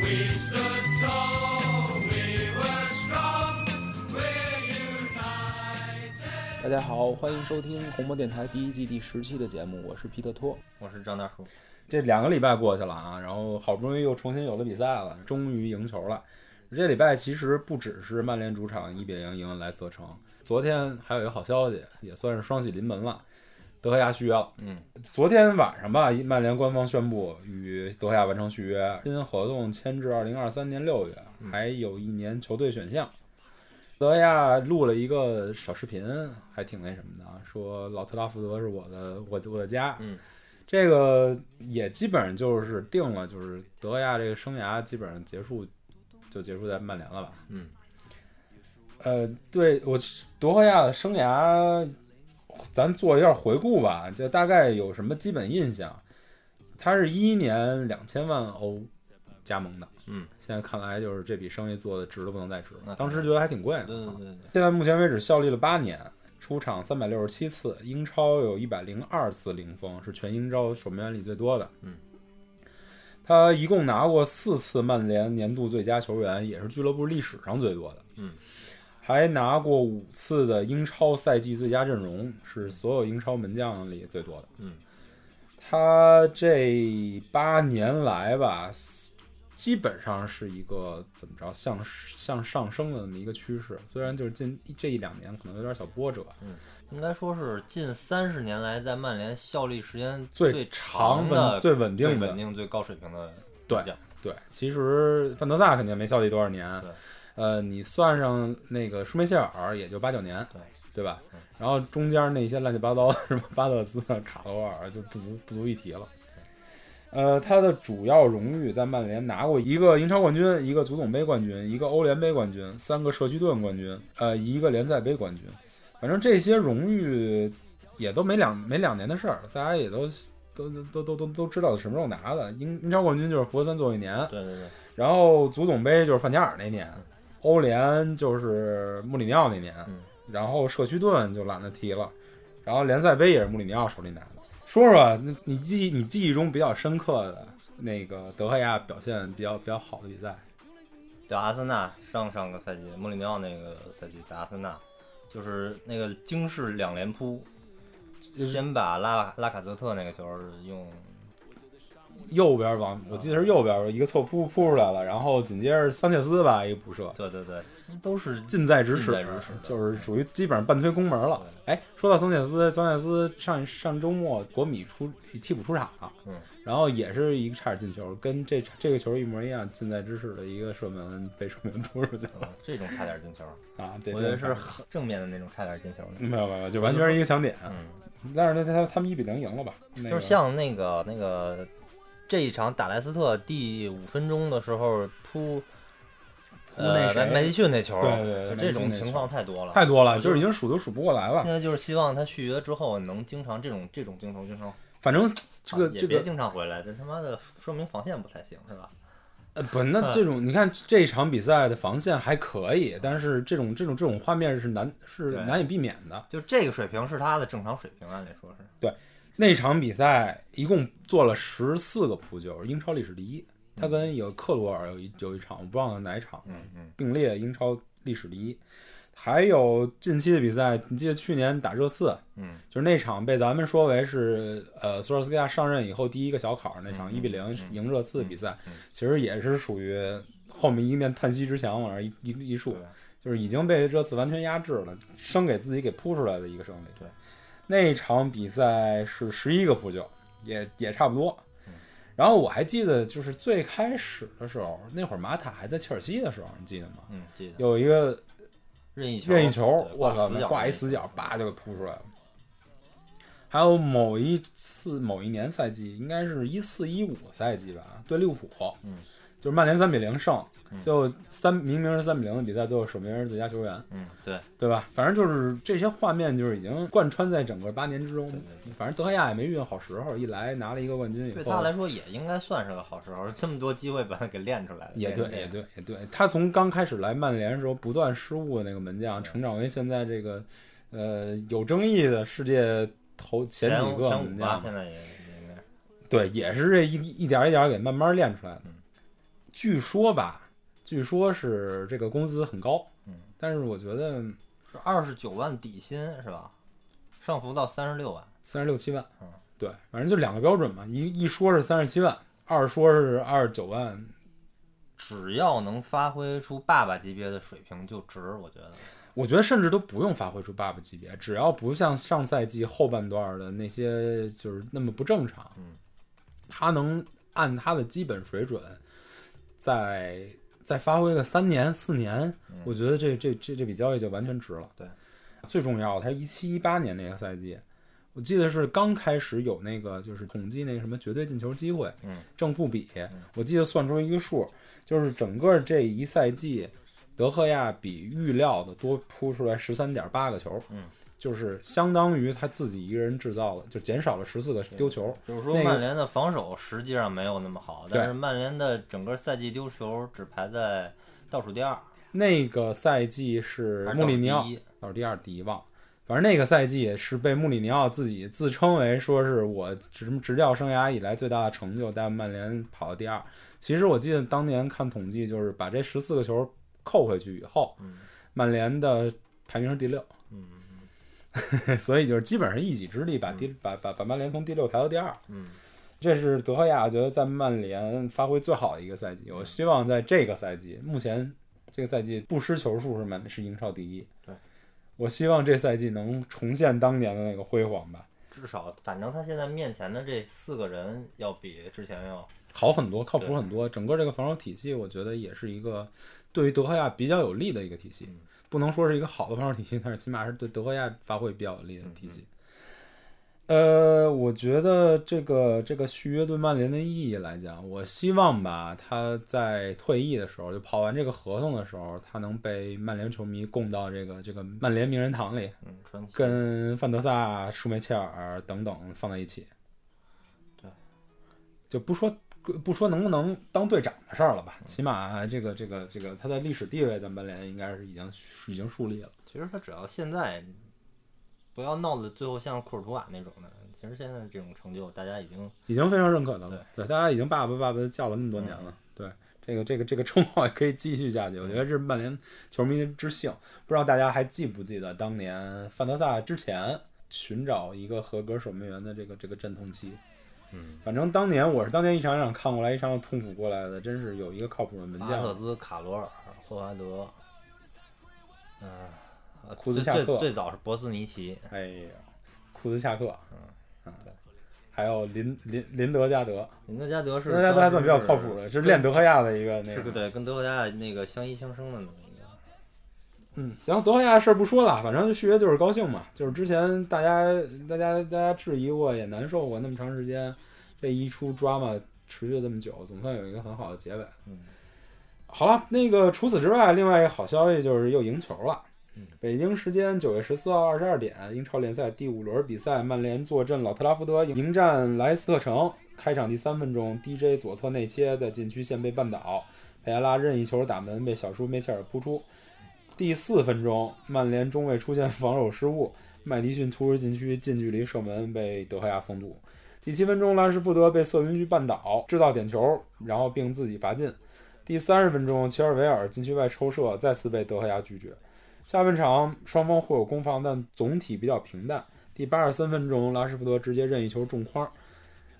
We stood tall, we were strong, we're united. 大家好，欢迎收听红魔电台第一季第十期的节目，我是皮特托。我是张大叔，这两个礼拜过去了啊，然后好不容易又重新有了比赛了，终于赢球了。这礼拜其实不只是曼联主场一比零赢了莱斯特城，昨天还有一个好消息，也算是双喜临门了，德赫亚续约了。嗯，昨天晚上吧，曼联官方宣布与德赫亚完成续约，新合同签至二零二三年六月，嗯还有一年球队选项。德赫亚录了一个小视频，还挺那什么的啊，说老特拉福德是我的我我的家。嗯，这个也基本上就是定了，就是德赫亚这个生涯基本上结束就结束在曼联了吧。嗯，呃，对我德赫亚的生涯咱做一下回顾吧，就大概有什么基本印象。他是一年两千万欧加盟的，嗯，现在看来就是这笔生意做的值都不能再值那了。当时觉得还挺贵呢，对对啊对对，现在目前为止效力了八年，出场三百六十七次，英超有一百零二次零封，是全英超守门员里最多的。嗯，他一共拿过四次曼联年度最佳球员，也是俱乐部历史上最多的。嗯，还拿过五次的英超赛季最佳阵容，是所有英超门将里最多的。嗯，他这八年来吧。基本上是一个怎么着向向上升的那么一个趋势，虽然就是近这一两年可能有点小波折，啊应该说是近三十年来在曼联效力时间最长稳的、最稳定最的稳。定、最高水平的对门将对，其实范德萨肯定没效力多少年对，呃，你算上那个舒梅切尔也就八九年，对对吧嗯？然后中间那些乱七八糟的什么巴勒斯、卡罗尔就不足不足一提了。呃，他的主要荣誉在曼联拿过一个英超冠军、一个足总杯冠军、一个欧联杯冠军、三个社区盾冠军，呃，一个联赛杯冠军。反正这些荣誉也都没两没两年的事儿，大家也都都都都都都知道什么时候拿的。英英超冠军就是弗格森最后一年，对对对，然后足总杯就是范加尔那年，欧联就是穆里尼奥那年，嗯然后社区盾就懒得踢了，然后联赛杯也是穆里尼奥手里拿的。说说你你记你记忆中比较深刻的那个德赫亚表现比较比较好的比赛，对阿森纳上上个赛季穆里尼奥那个赛季打阿森纳，就是那个惊世两连扑，先把拉拉卡泽特那个球是用右边往我记得是右边一个侧扑扑出来了，然后紧接着桑切斯吧一个补射，对对对，都是近在咫近尺在咫尺，就是属于基本上半推攻门了。哎，说到桑切斯，桑切斯上上周末国米出替补出场了，嗯，然后也是一个差点进球，跟这这个球一模一样，近在咫尺的一个射门被射门扑出去了嗯这种差点进球，啊！对，我觉得这个是很正面的那种差点进球呢。没有没有，就完全是一个抢点。嗯。但是他他他们一比零赢了吧？那就个是像那个那个这一场打莱斯特第五分钟的时候扑，扑那呃谁麦麦迪逊那球，对对对就这种麦迪逊那球情况太多了。太多了，就是已经数都数不过来了现。在就是希望他续约之后能经常这种这种镜头经常反正这个啊也这别个经常回来，这他妈的说明防线不太行是吧？呃，不，嗯那这种你看这场比赛的防线还可以，但是这种这种这种画面是难是对难以避免的。就这个水平是他的正常水平，按理说是。那场比赛一共做了十四个扑救，英超历史第一。他跟有克罗尔有一有一场，我不忘了哪一场，嗯嗯，并列英超历史第一。还有近期的比赛，你记得去年打热刺，嗯，就是那场被咱们说为是呃索尔斯克亚上任以后第一个小考那场嗯一比零嗯赢热刺的比赛，嗯其实也是属于后面一面叹息之墙往上一一一对啊竖，就是已经被热刺完全压制了，生给自己给扑出来的一个胜利。对，那场比赛是十一个扑救，也也差不多。然后我还记得，就是最开始的时候，那会儿马塔还在切尔西的时候，你记得吗？嗯，记得有一个任意球，任意球，对我挂操死，角挂一那死角，叭就给扑出来了。还有某一次某一年赛季，应该是一四一五赛季吧，对利物浦，嗯，就是曼联三比零胜，就三明明是三比零的比赛，最后守门员是最佳球员，嗯，对，对吧？反正就是这些画面就是已经贯穿在整个八年之中。反正德赫亚也没遇见好时候，一来拿了一个冠军以后，对他来说也应该算是个好时候，这么多机会把他给练出来了。也对，练成也这样，对，也对。他从刚开始来曼联的时候不断失误的那个门将，成长为现在这个呃有争议的世界头前几五个前门五吧，将，现在也也应该是。嗯对，也是这一一点一点给慢慢练出来的。据说吧，据说是这个工资很高，嗯，但是我觉得是二十九万底薪是吧？上浮到三十六万，三十六七万嗯，对，反正就两个标准嘛，一一说是三十七万，二说是二十九万，只要能发挥出爸爸级别的水平就值，我觉得。我觉得甚至都不用发挥出爸爸级别，只要不像上赛季后半段的那些就是那么不正常，嗯，他能按他的基本水准再再发挥个三年四年，我觉得这这这这笔交易就完全值了。嗯对，最重要的，他一七一八年那个赛季，我记得是刚开始有那个就是统计那个什么绝对进球机会，嗯，正负比，我记得算出一个数，就是整个这一赛季，德赫亚比预料的多扑出来十三点八个球，嗯，就是相当于他自己一个人制造了，就减少了十四个丢球，就是说那，个曼联的防守实际上没有那么好，对但是曼联的整个赛季丢球只排在倒数第二，那个赛季是还是穆倒数里尼奥第一倒数第二，第一忘了。反正那个赛季是被穆里尼奥自己自称为说是我执执教生涯以来最大的成就，带曼联跑到第二。其实我记得当年看统计，就是把这十四个球扣回去以后，嗯曼联的排名是第六，嗯 嗯所以就是基本上一己之力把第、把把把曼联从第六抬到第二。嗯，这是德赫亚我觉得在曼联发挥最好的一个赛季。嗯我希望在这个赛季，目前这个赛季不失球数是满是英超第一。对，我希望这赛季能重现当年的那个辉煌吧，至少反正他现在面前的这四个人要比之前要好很多，靠谱对很多。整个这个防守体系，我觉得也是一个对于德赫亚比较有利的一个体系嗯，不能说是一个好的防守体系，但是起码是对德赫亚发挥比较有利的体系。嗯呃，我觉得这个这个续约对曼联的意义来讲，我希望吧，他在退役的时候，就跑完这个合同的时候，他能被曼联球迷供到这个这个曼联名人堂里，嗯传奇。跟范德萨、舒梅切尔等等放在一起。对，就不说不说能不能当队长的事儿了吧，起码这个这个这个他的历史地位在曼联应该是已经已经树立了。其实他只要现在不要闹得最后像库尔图瓦那种的，其实现在这种成就大家已经已经非常认可他了。对，大家已经爸爸爸爸叫了那么多年嗯了。对，这个这个这个称号也可以继续下去。我觉得这是曼联球迷之幸。不知道大家还记不记得当年范德萨之前寻找一个合格守门员的这个这个阵痛期。嗯，反正当年我是当年一场一场看过来，一场场痛苦过来的，真是有一个靠谱的门阿将特。兹、卡罗尔、霍华德，嗯、呃，库兹最夏克最最早是博斯尼奇，哎呀，库兹恰克，嗯还有林林林德加德，林德加德是林德加德还算比较靠谱的，的，是练德赫亚的一个那是个对跟德国家那个相依相生的那么一个。嗯，行，德赫亚的事儿不说了，反正续约就是高兴嘛。就是之前大家、大家、大家质疑过，也难受过那么长时间，这一出 drama 持续了这么久，总算有一个很好的结尾。嗯，好了，那个除此之外，另外一个好消息就是又赢球了嗯。北京时间九月十四号二十二点，英超联赛第五轮比赛，曼联坐镇老特拉福德迎战莱斯特城。开场第三分钟，DJ 左侧内切在禁区线被绊倒，佩莱拉任意球打门被小舒梅切尔扑出。第四分钟，曼联中卫出现防守失误，麦迪逊突入禁区近距离射门被德赫亚封堵。第七分钟，拉什福德被瑟云居绊倒，制造点球，然后并自己罚进。第三十分钟，齐尔维尔禁区外抽射，再次被德赫亚拒绝。下半场双方互有攻防，但总体比较平淡。第八十三分钟，拉什福德直接任意球中框，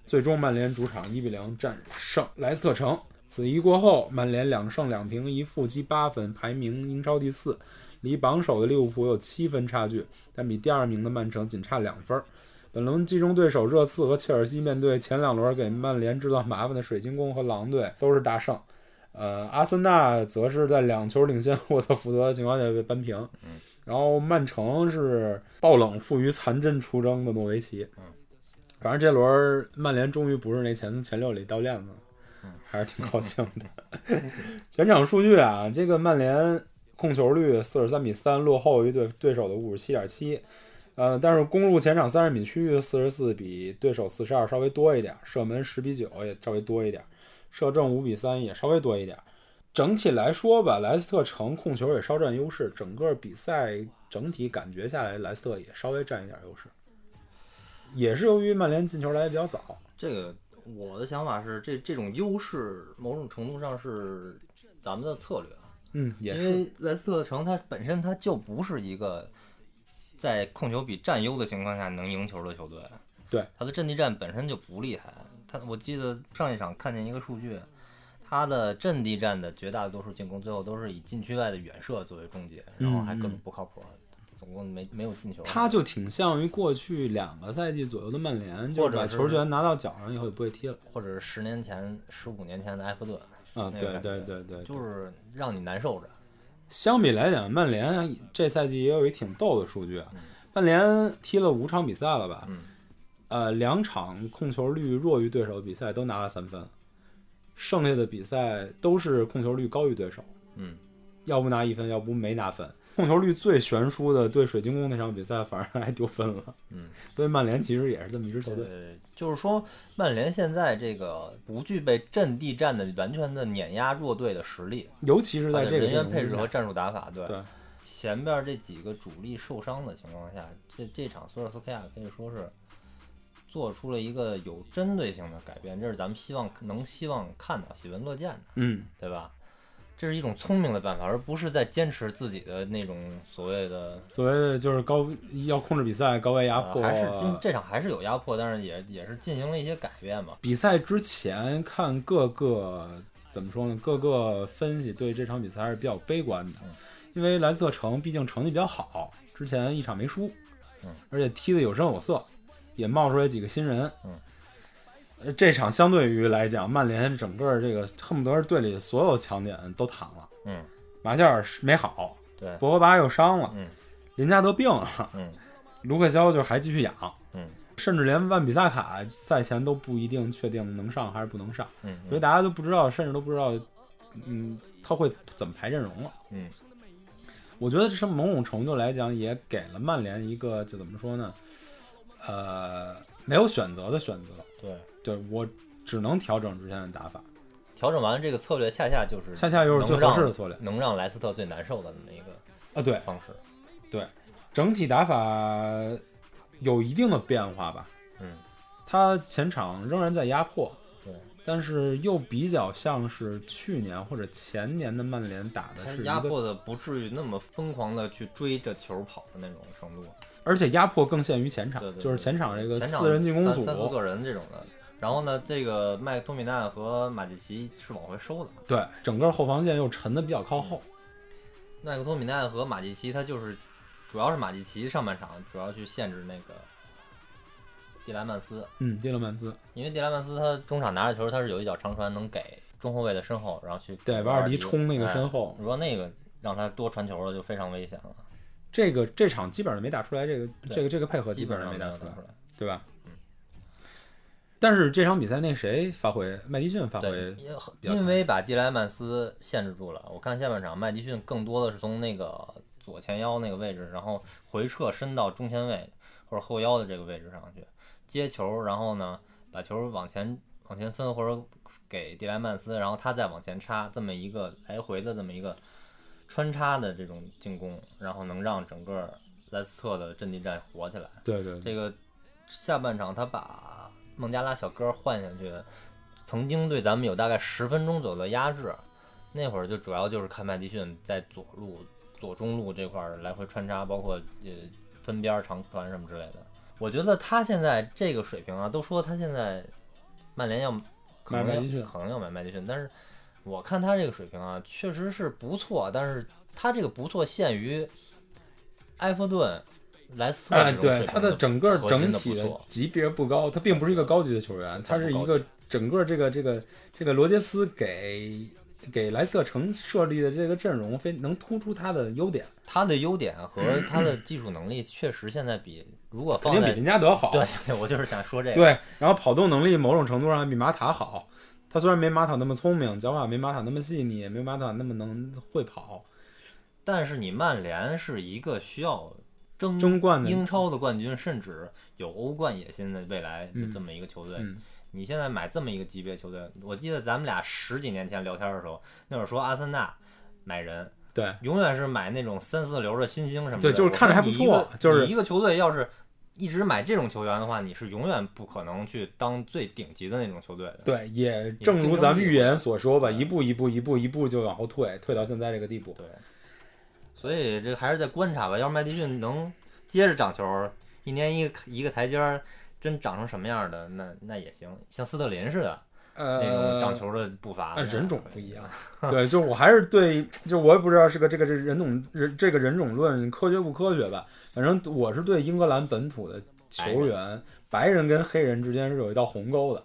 最终曼联主场一比零战胜莱斯特城。此役过后，曼联两胜两平一负积八分，排名英超第四，离榜首的利物浦有七分差距，但比第二名的曼城仅差两分。本轮季中对手热刺和切尔西面对前两轮给曼联制造麻烦的水晶宫和狼队都是大胜，呃，阿森纳则是在两球领先 沃特福德的情况下被扳平，然后曼城是爆冷负于残阵出征的诺维奇，反正这轮儿曼联终于不是那前前六里掉链子了。还是挺高兴的。 全场数据啊，这个曼联控球率四十三比三，落后于对对手的五十七点七。呃，但是攻入前场三十米区域四十四比对手四十二稍微多一点，射门十比九也稍微多一点，射正五比三也稍微多一点。整体来说吧，莱斯特城控球也稍占优势，整个比赛整体感觉下来，莱斯特也稍微占一点优势，也是由于曼联进球来的比较早，这个我的想法是，这这种优势某种程度上是咱们的策略，啊嗯，也因是，为莱斯特城它本身它就不是一个在控球比占优的情况下能赢球的球队，对，他的阵地战本身就不厉害。他我记得上一场看见一个数据，他的阵地战的绝大多数进攻最后都是以禁区外的远射作为终结，然后还嗯根本嗯不靠谱，总共没没有进球。他就挺像于过去两个赛季左右的曼联，就或是者把是球权拿到脚上以后就不会踢了。或者是十年前、十五年前的埃弗顿，啊，那对个对感觉对对，就是让你难受着。相比来讲，曼联这赛季也有一挺逗的数据啊。曼联踢了五场比赛了吧？嗯呃，两场控球率弱于对手的比赛都拿了三分，剩下的比赛都是控球率高于对手，嗯，要不拿一分，要不没拿分。控球率最悬殊的对水晶宫那场比赛，反而还丢分了。嗯， 所以曼联其实也是这么一支球队。对，就是说，曼联现在这个不具备阵地战的完全的碾压弱队的实力，尤其是它在的这个人员配置阵和容之下战术打法，对对前边这几个主力受伤的情况下，这这场索尔斯克亚可以说是做出了一个有针对性的改变，这是咱们希望能希望看到、喜闻乐见的，嗯，对吧？这是一种聪明的办法，而不是在坚持自己的那种所谓的所谓的就是高要控制比赛，高位压啊迫，还是今这场还是有压迫，但是也也是进行了一些改变嘛。比赛之前看各个怎么说呢？各个分析对这场比赛还是比较悲观的嗯，因为蓝色城毕竟成绩比较好，之前一场没输嗯，而且踢得有声有色，也冒出来几个新人。嗯呃，这场相对于来讲，曼联整个这个恨不得是队里所有强点都躺了，嗯，马夏尔是没好，对，博格巴又伤了，嗯林加德病了，嗯卢克肖就还继续养，嗯甚至连万比萨卡赛前都不一定确定能上还是不能上。嗯所以嗯大家都不知道，甚至都不知道，嗯，他会怎么排阵容了。嗯我觉得这是某种程度来讲，也给了曼联一个就怎么说呢，呃，没有选择的选择，对。对我只能调整之前的打法，调整完了这个策略，恰恰就是恰恰又是最合适的策略能让莱斯特最难受的那么一个啊。对，方式。整体打法有一定的变化吧。嗯，他前场仍然在压迫，对，但是又比较像是去年或者前年的曼联打的他是一压个迫的不至于那么疯狂的去追着球跑的那种程度。而且压迫更限于前场对，对，啊就是对前场这个前场四人进攻组，三三四个人这种的。然后呢，这个麦克托米奈和马蒂奇是往回收的。对，整个后防线又沉的比较靠后。麦克托米奈和马蒂奇，他就是主要是马蒂奇上半场主要去限制那个蒂莱曼斯，嗯，蒂勒曼斯因为蒂莱曼斯他中场拿着球，他是有一脚长传能给中后卫的身后，然后去对瓦瓦尔迪冲那个身后，如果那个让他多传球了，就非常危险了，这个这场基本上没打出来，这个对这个这个配合基基本上没没打有出出来来，。对吧？但是这场比赛那谁发挥，麦迪逊发挥对，，因为比较强因为把蒂莱曼斯限制住了。我看下半场麦迪逊更多的是从那个左前腰那个位置，然后回撤伸到中前卫或者后腰的这个位置上去接球，然后呢把球往前往前分或者给蒂莱曼斯，然后他再往前插，这么一个来回的这么一个穿插的这种进攻，然后能让整个莱斯特的阵地战火起来。对对对，这个下半场他把孟加拉小哥换下去，曾经对咱们有大概十分钟左右的压制，那会儿就主要就是看麦迪逊在左路、左中路这块儿来回穿插，包括呃分边儿长传什么之类的。我觉得他现在这个水平啊，都说他现在曼联要可能买麦要迪逊可能要买麦迪逊，但是我看他这个水平啊，确实是不错，但是他这个不错限于埃弗顿、莱斯特哎这种水对，平他的整个核整心的体不的错，级别不高，他并不是一个高级的球员，他他不是高一个整个这个这个这个罗杰斯给给莱斯特城设立的这个阵容，非能突出他的优点。他的优点和他的技术能力确实现在比如果肯放定在比林加德好。对，对，我就是想说这个，对然后跑动能力某种程度上还比马塔好。他虽然没马塔那么聪明，脚法没马塔那么细腻，也没马塔那么能会跑，但是你曼联是一个需要争争冠的嗯英超的冠军，甚至有欧冠野心的未来的嗯这么一个球队。嗯你现在买这么一个级别球队，我记得咱们俩十几年前聊天的时候，那会儿说阿森纳买人，对永远是买那种三四流的新星什么的。对就是我看着还不说你一个错就是你一个球队要是一直买这种球员的话，你是永远不可能去当最顶级的那种球队的。对，也正如咱们预言所说吧，一步一步一步一步就往后退，退到现在这个地步。对，所以这还是在观察吧。要是麦迪逊能接着涨球，一年一个一个台阶儿，真涨成什么样的，那那也行。像斯特林似的那种呃，涨球啊的步伐，嗯呃那人种不一样。 对，就我还是对，就我也不知道是个这个这人种人这个人种论科学不科学吧，反正我是对英格兰本土的球员，白人跟黑人之间是有一道鸿沟的，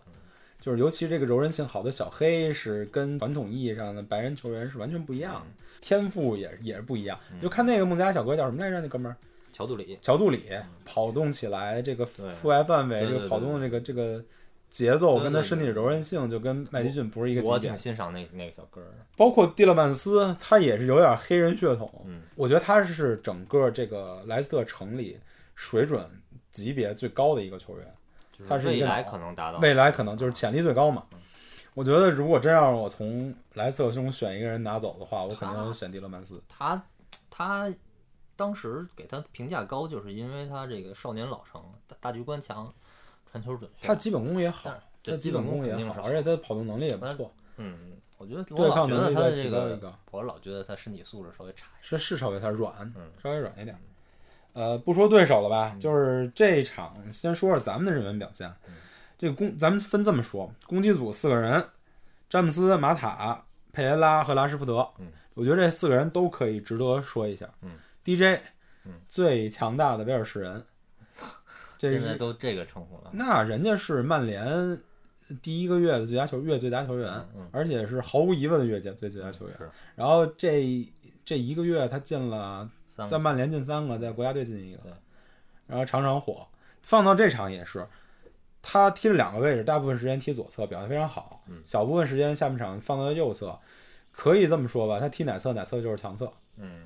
就是尤其这个柔韧性好的小黑是跟传统意义上的白人球员是完全不一样嗯的，天赋也也是不一样。就看那个孟加拉小哥叫什么来着？那哥们儿乔杜里，乔杜里，跑动起来这个覆嗯对覆盖范围，对对这个对跑动的这个这个。节奏对跟他对身体的柔韧性就跟麦迪逊不是一个级我别挺。欣赏那那个小哥儿的。包括蒂勒曼斯，他也是有点黑人血统。嗯，我觉得他是整个这个莱斯特城里水准级别最高的一个球员，就他是一未个来脑可能达到未来可能就是潜力最高嘛。我觉得如果真要让我从莱斯特中选一个人拿走的话，我肯定选蒂勒曼斯。他他当时给他评价高，就是因为他这个少年老成，大大局观强，传球准确。他基本功也好但，他对基本功功也肯定是好，好而且他跑动能力也不错，嗯，我觉得我对老抗觉能得力他再的提这高一个，个。我老觉得他身体素质稍微差一是些。是稍微有点软，嗯稍微软一点。呃，不说对手了吧，就是这一场，先说说咱们的人员表现。嗯这个攻，咱们分这么说，攻击组四个人，詹姆斯、马塔、佩雷拉和拉什福德。嗯，我觉得这四个人都可以值得说一下。嗯，DJ，嗯最强大的威尔士 人，这现在是都这个称呼了。那人家是曼联第一个月的最佳球月最佳球员，嗯嗯而且是毫无疑问的月界最最佳球员。是然后这这一个月他进了，三在个，曼联进三个，在国家队进一个嗯对，然后场场火。放到这场也是，他踢了两个位置，大部分时间踢左侧，表现非常好嗯，小部分时间下半场放到右侧，可以这么说吧，他踢哪侧哪侧就是强侧。嗯，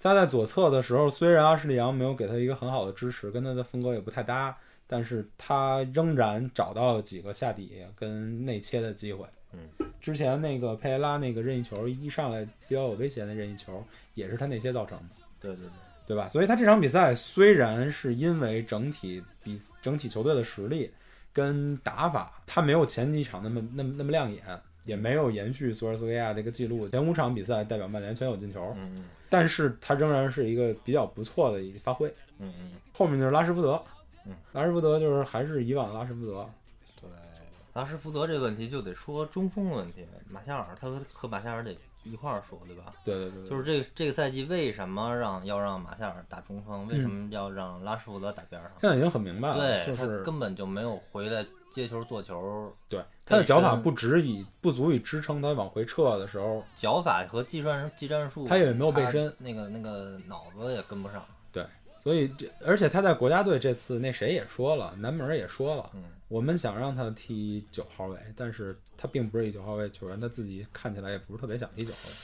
他在左侧的时候，虽然阿什利杨没有给他一个很好的支持，跟他的风格也不太搭，但是他仍然找到了几个下底跟内切的机会。嗯，之前那个佩雷拉那个任意球一上来比较有威胁的任意球，也是他内切造成的，对对对，对吧？所以他这场比赛虽然是因为整体比整体球队的实力跟打法，他没有前几场那么那么那么亮眼。也没有延续索尔斯克亚这个记录，前五场比赛代表曼联全有进球，嗯但是他仍然是一个比较不错的一发挥。嗯嗯嗯，后面就是拉什福德，嗯，拉什福德就是还是以往的拉什福德，对。拉什福德这个问题就得说中锋的问题，马夏尔他和和马夏尔得一块儿说，对吧？对对对，就是这个这个赛季为什么让要让马夏尔打中锋，为什嗯么要让拉什福德打边上？现在已经很明白了，对，啊就他是根本就没有回来接球做球，对他的脚法本身不止以不足以支撑他往回撤的时候，脚法和计算技战术，他也没有背身，那个那个脑子也跟不上。所以这而且他在国家队这次那谁也说了，南门儿也说了，嗯我们想让他踢九号位，但是他并不是一九号位球员，他自己看起来也不是特别想踢九号位。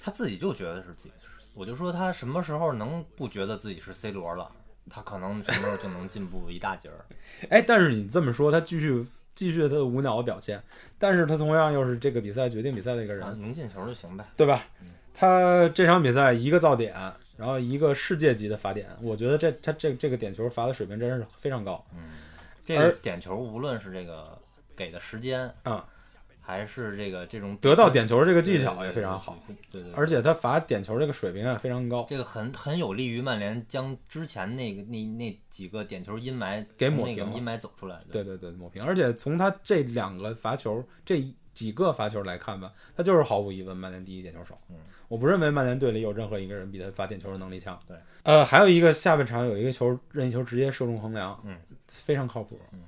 他自己就觉得是自己，我就说他什么时候能不觉得自己是 C 罗了，他可能什么时候就能进步一大截儿。 哎，但是你这么说，他继续继续他的无脑的表现，但是他同样又是这个比赛决定比赛的一个然后人，能进球就行呗。对吧？嗯他这场比赛一个造点，然后一个世界级的罚点，我觉得这他这这个点球罚的水平真是非常高嗯这而个点球无论是这个给的时间，啊、还是这个这种得到点球这个技巧也非常好，，对对对对对，而且他罚点球这个水平也非常高，这个很很有利于曼联将之前那个那那几个点球阴霾给从抹那个平了阴霾走出来的。对对对，抹平。而且从他这两个罚球这几个罚球来看吧，他就是毫无疑问曼联第一点球手。嗯，我不认为曼联队里有任何一个人比他罚点球的能力强。对，呃，还有一个下半场有一个球任意球直接射中横梁，嗯，非常靠谱。嗯，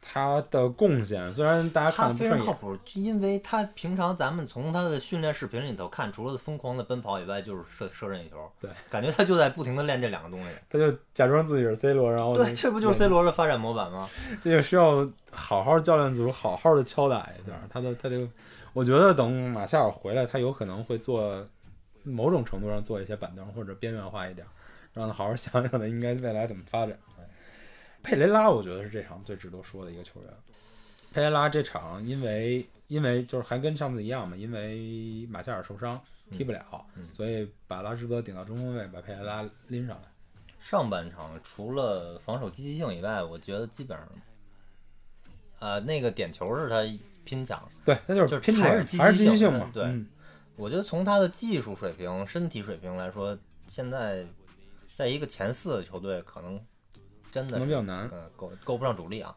他的贡献虽然大家看的他不非常顺靠眼，谱，就因为他平常咱们从他的训练视频里头看，除了疯狂的奔跑以外，就是射射任意球。对，感觉他就在不停的练这两个东西。他就假装自己是 C 罗，然后对，这不就是 C 罗的发展模板吗？这个需要好好教练组好好的敲打一下他的他这个，我觉得等马夏尔回来，他有可能会做某种程度上做一些板凳或者边缘化一点，让他好好想想他应该未来怎么发展。佩雷拉，我觉得是这场最值得说的一个球员。佩雷拉这场因为因为就是还跟上次一样嘛，因为马夏尔受伤踢不了，嗯所以把拉什福德顶到中锋位，把佩雷拉拎上来。上半场除了防守积极性以外，我觉得基本上，呃，那个点球是他拼抢，对，他就就是是拼还还是积还是极积极性性的嘛，对嗯我觉得从他的技术水平、身体水平来说，现在在一个前四的球队，可能真的可能比是较难。呃够够不上主力啊。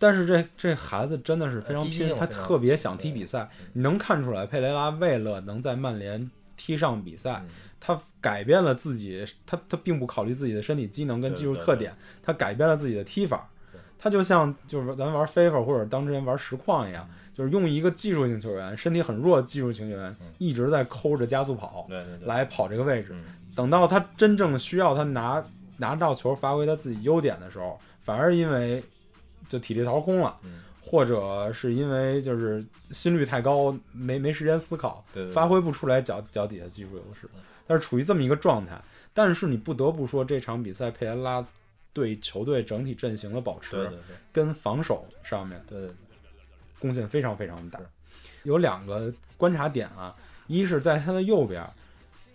但是这这孩子真的是非常积极拼性，他非常特别想踢比赛。你能看出来，佩雷拉为了能在曼联踢上比赛，嗯他改变了自己，他他并不考虑自己的身体机能跟对技术对特对点，他改变了自己的踢法对。他就像就是咱们玩 FIFA 或者当之前玩实况一嗯样，就是用一个技术型球员，身体很弱的技术型球员嗯一直在抠着加速跑对对对，来跑这个位置。嗯，等到他真正需要他拿拿到球发挥他自己优点的时候，反而因为就体力掏空了，嗯或者是因为就是心率太高，没没时间思考，对嗯对对发挥不出来脚脚底下技术优势。他是处于这么一个状态，但是你不得不说这场比赛佩莱拉对球队整体阵型的保持对对对跟防守上面对对，贡献非常非常大是。有两个观察点啊，一是在他的右边，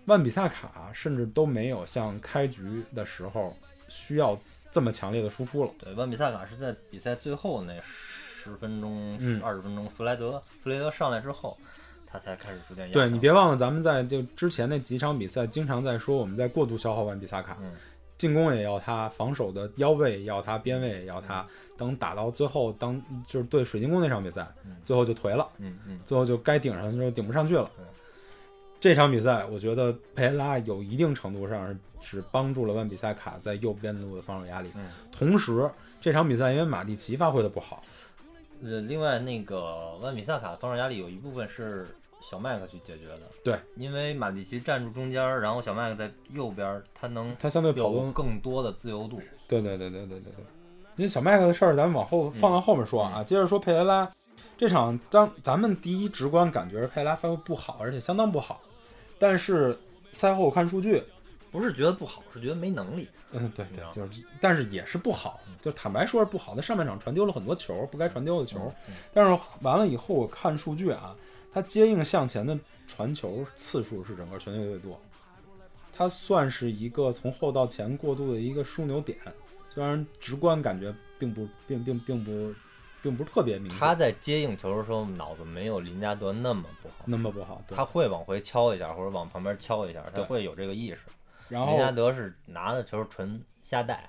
万比萨卡甚至都没有像开局的时候需要这么强烈的输出了。对，万比萨卡是在比赛最后那十分钟、嗯二十分钟，弗莱德弗雷德上来之后，他才开始逐渐压对上你别忘了，咱们在就之前那几场比赛，经常在说我们在过度消耗万比萨卡，嗯进攻也要他，防守的腰位也要他，边位也要他。等打到最后，当就是对水晶宫那场比赛，嗯最后就颓了。嗯嗯，最后就该顶上就顶不上去了对。这场比赛，我觉得佩雷拉有一定程度上是是帮助了万比萨卡在右边路的防守压力。嗯同时，这场比赛因为马蒂奇发挥的不好，呃，另外那个万比萨卡的防守压力有一部分是小麦克去解决的，对，因为马蒂奇站住中间儿，然后小麦克在右边儿，他能他相对跑有动，更多的自由度。对对对对对对对。因为小麦克的事儿，咱们往后放到后面说啊。接着说佩雷拉这场当，咱们第一直观感觉是佩雷拉发挥不好，而且相当不好。但是赛后看数据，不是觉得不好，是觉得没能力。嗯，对你知对道，就是，但是也是不好，嗯就是坦白说是不好。他上半场传丢了很多球，不该传丢的球。嗯但是完了以后，我看数据啊，他接应向前的传球次数是整个全队最多，他算是一个从后到前过渡的一个枢纽点。虽然直观感觉并不，并并并不，并不是特别明他显，在接应球的时候脑子没有林加德那么不好，那么不好。对他，会往回敲一下或者往旁边敲一下，他对会有这个意识。然林加后德是拿的球纯瞎带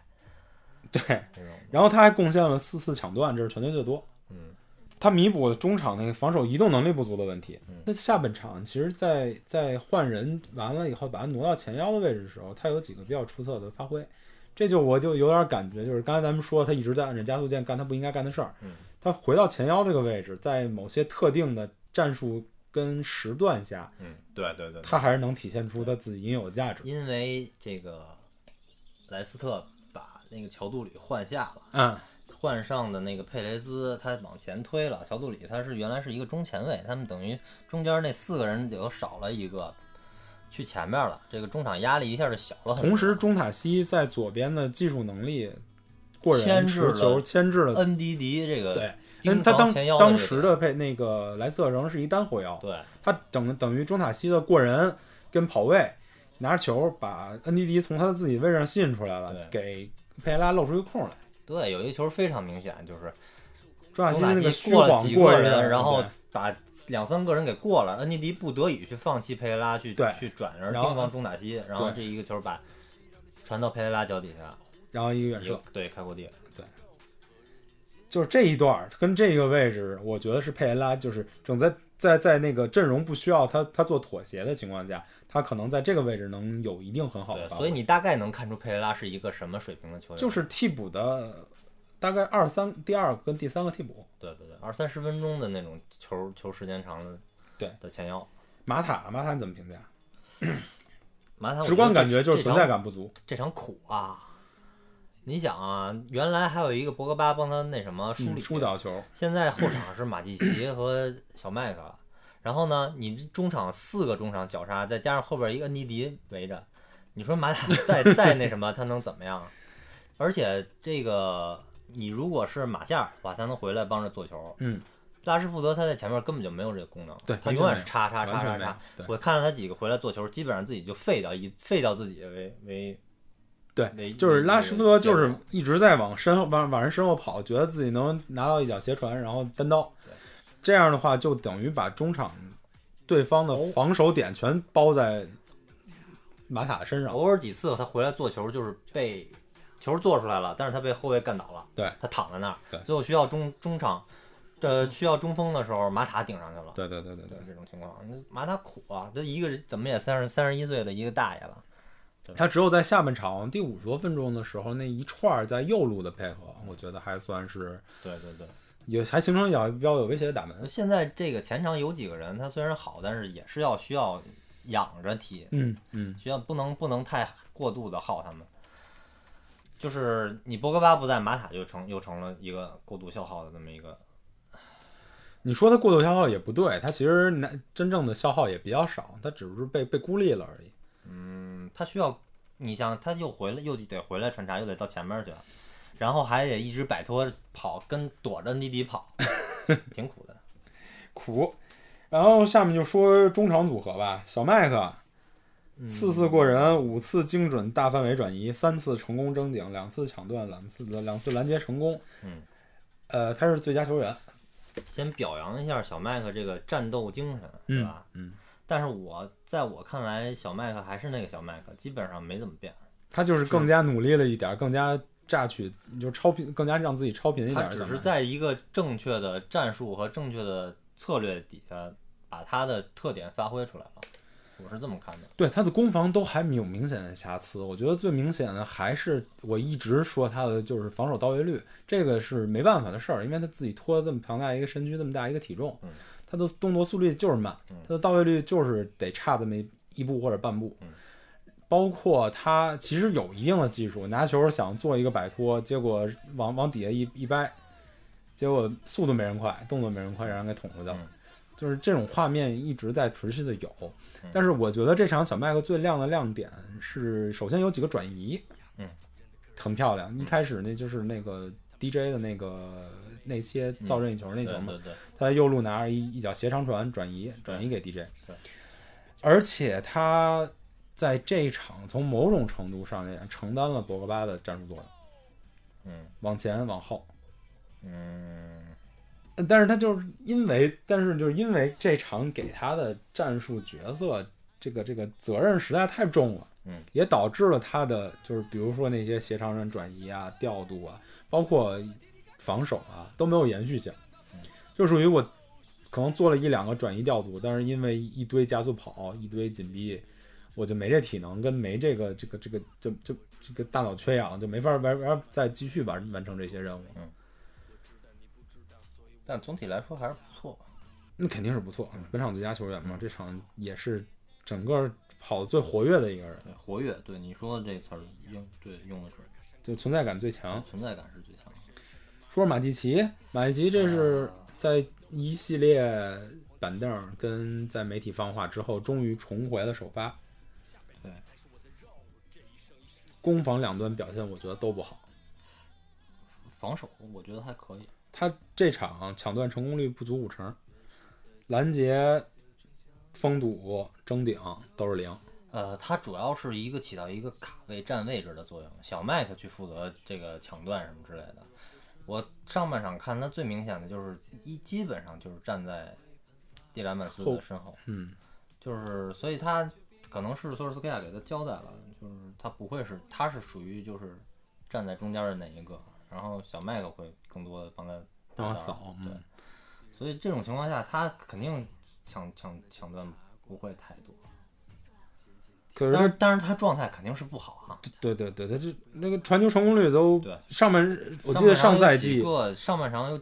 对，那种。然后他还贡献了四次抢断，这是全队最多。嗯，他弥补了中场那个防守移动能力不足的问题。嗯那下半场其实在，在换人完了以后，把他挪到前腰的位置的时候，他有几个比较出色的发挥。这就我就有点感觉，就是刚才咱们说他一直在按着加速键干他不应该干的事儿。嗯他回到前腰这个位置，在某些特定的战术跟时段下，嗯，对对对。他还是能体现出他自己应有的价值。因为这个莱斯特把那个乔杜里换下了。嗯，换上的那个佩雷兹，他往前推了。乔杜里他是原来是一个中前卫，他们等于中间那四个人有少了一个，去前面了，这个中场压力一下就小了很多。同时中塔西在左边的技术能力过人，牵制持了球牵制了恩迪迪这个对，因为盯他防当前腰当这时个的配那个莱斯特城是一单后腰，对他等等于中塔西的过人跟跑位，拿着球把恩迪迪从他自己位置上吸引出来了，对给佩雷拉露出一个空来。对，有一个球非常明显，就是中塔西中塔那西个虚过了晃几个人，然后对把两三个人给过了，恩迪迪不得已去放弃佩雷拉去对去转而然后盯防中塔西，然后对这一个球把传到佩雷拉脚底下，然后一个远一个射，对开阔地，就是这一段儿跟这个位置，我觉得是佩雷拉就是整在在在那个阵容不需要他他做妥协的情况下，他可能在这个位置能有一定很好的对，发挥。所以你大概能看出佩雷拉是一个什么水平的球员，就是替补的大概二三第二个跟第三个替补。对对对，二三十分钟的那种球球时间长的，对的前腰，马塔，马塔你怎么评价？马塔我直观得感觉就是这存在感不足。这场苦啊！你想啊，原来还有一个博格巴帮他那什么梳嗯理啊疏导球，现在后场是马蒂奇和小麦克， 然后呢，你这中场四个中场绞杀，再加上后边一个恩迪迪围着，你说马塔 再再那什么，他能怎么样？而且这个你如果是马夏尔的话，他能回来帮着做球。嗯，拉什福德他在前面根本就没有这个功能，对他完全永远没是叉叉完叉叉全没有叉。。对，我看了他几个回来做球，基本上自己就废掉一废掉自己为为为对，就是拉什福德就是一直在往身后往往人身后跑，觉得自己能拿到一脚斜传，然后单刀对。这样的话，就等于把中场对方哦的防守点全包在马塔身上。偶尔几次他回来做球就是被球做出来了，但是他被后卫干倒了，对，他躺在那儿，对最后需要中中场，呃，需要中锋的时候，马塔顶上去了，对对对对对对，这种情况，那马塔苦啊，这一个人怎么也三十三十一岁的一个大爷了，他只有在下半场第五十多分钟的时候，那一串儿在右路的配合，我觉得还算是对对对。也还形成比较有威胁的打门。呃现在这个前场有几个人，他虽然好，但是也是要需要养着踢，嗯嗯，需要不能不能太过度的耗他们。就是你博格巴不在，马塔就成又成了一个过度消耗的这么一个。你说他过度消耗也不对，他其实那真正的消耗也比较少，他只是被被孤立了而已。嗯，他需要你想，他又回来又得回来穿插，又得到前面去，然后还得一直摆脱跑，跟躲着尼迪跑， 挺苦的。苦。然后下面就说中场组合吧，小麦克嗯四次过人，五次精准大范围转移，三次成功争顶，两次抢断，两次两次拦截成功。嗯，呃，他是最佳球员。先表扬一下小麦克这个战斗精神，对吧？嗯，但是我在我看来，小麦克还是那个小麦克，基本上没怎么变。他就是更加努力了一点儿，更加榨取，就超频，更加让自己超频一点他儿小麦克。只是在一个正确的战术和正确的策略底下，把他的特点发挥出来了。我是这么看的。对他的攻防都还没有明显的瑕疵，我觉得最明显的还是我一直说他的就是防守到位率，这个是没办法的事儿，因为他自己拖这么庞大一个身躯，这么大一个体重，嗯他的动作速率就是慢，他的到位率就是得差这么一一步或者半步。嗯包括他其实有一定的技术，拿球想做一个摆脱，结果往往底下一一掰，结果速度没人快，动作没人快，让人给捅出去了。嗯就是这种画面一直在持续的有，嗯但是我觉得这场小麦克最亮的亮点是，首先有几个转移，嗯，很漂亮。一开始那就是那个 DJ 的那个内切造任意球那嗯对球嘛，对对，他在右路拿着一一脚斜长传转移，转移给 DJ 对。而且他在这一场从某种程度上也承担了博格巴的战术作用，嗯往前往后。嗯，呃但是他就是因为，但是就是因为这场给他的战术角色这个这个责任实在太重了，嗯，也导致了他的就是比如说那些斜长人转移啊、调度啊，包括防守啊都没有延续性，就属于我可能做了一两个转移调度，但是因为一堆加速跑、一堆紧逼，我就没这体能跟没这个这个这个就就这个大脑缺氧，就没法玩玩再继续完完成这些任务。但总体来说还是不错。那肯定是不错，啊本场最佳球员嘛，这场也是整个跑得最活跃的一个人，对，活跃，对你说的这个词儿用对用的准，就存在感最强。存在感是最强的。说说马蒂奇，马蒂奇这是在一系列板凳跟在媒体放话之后，终于重回了首发。对，攻防两端表现我觉得都不好，防守我觉得还可以，他这场抢断成功率不足五成，拦截、封堵、争顶都是零。呃，它主要是一个起到一个卡位站位置的作用，小麦克去负责这个抢断什么之类的。我上半场看他最明显的就是一基本上就是站在蒂兰曼斯后的身后，嗯，就是所以他可能是索尔斯克亚给他交代了，就是他不会是他是属于就是站在中间的那一个，然后小麦克会更多的帮他让他打挡扫。对嗯，所以这种情况下他肯定抢抢抢断不会太多，可是但他是但是他状态肯定是不好啊。对对对，他这那个传球成功率都对上半，我记得上上赛半场有几季个上半场有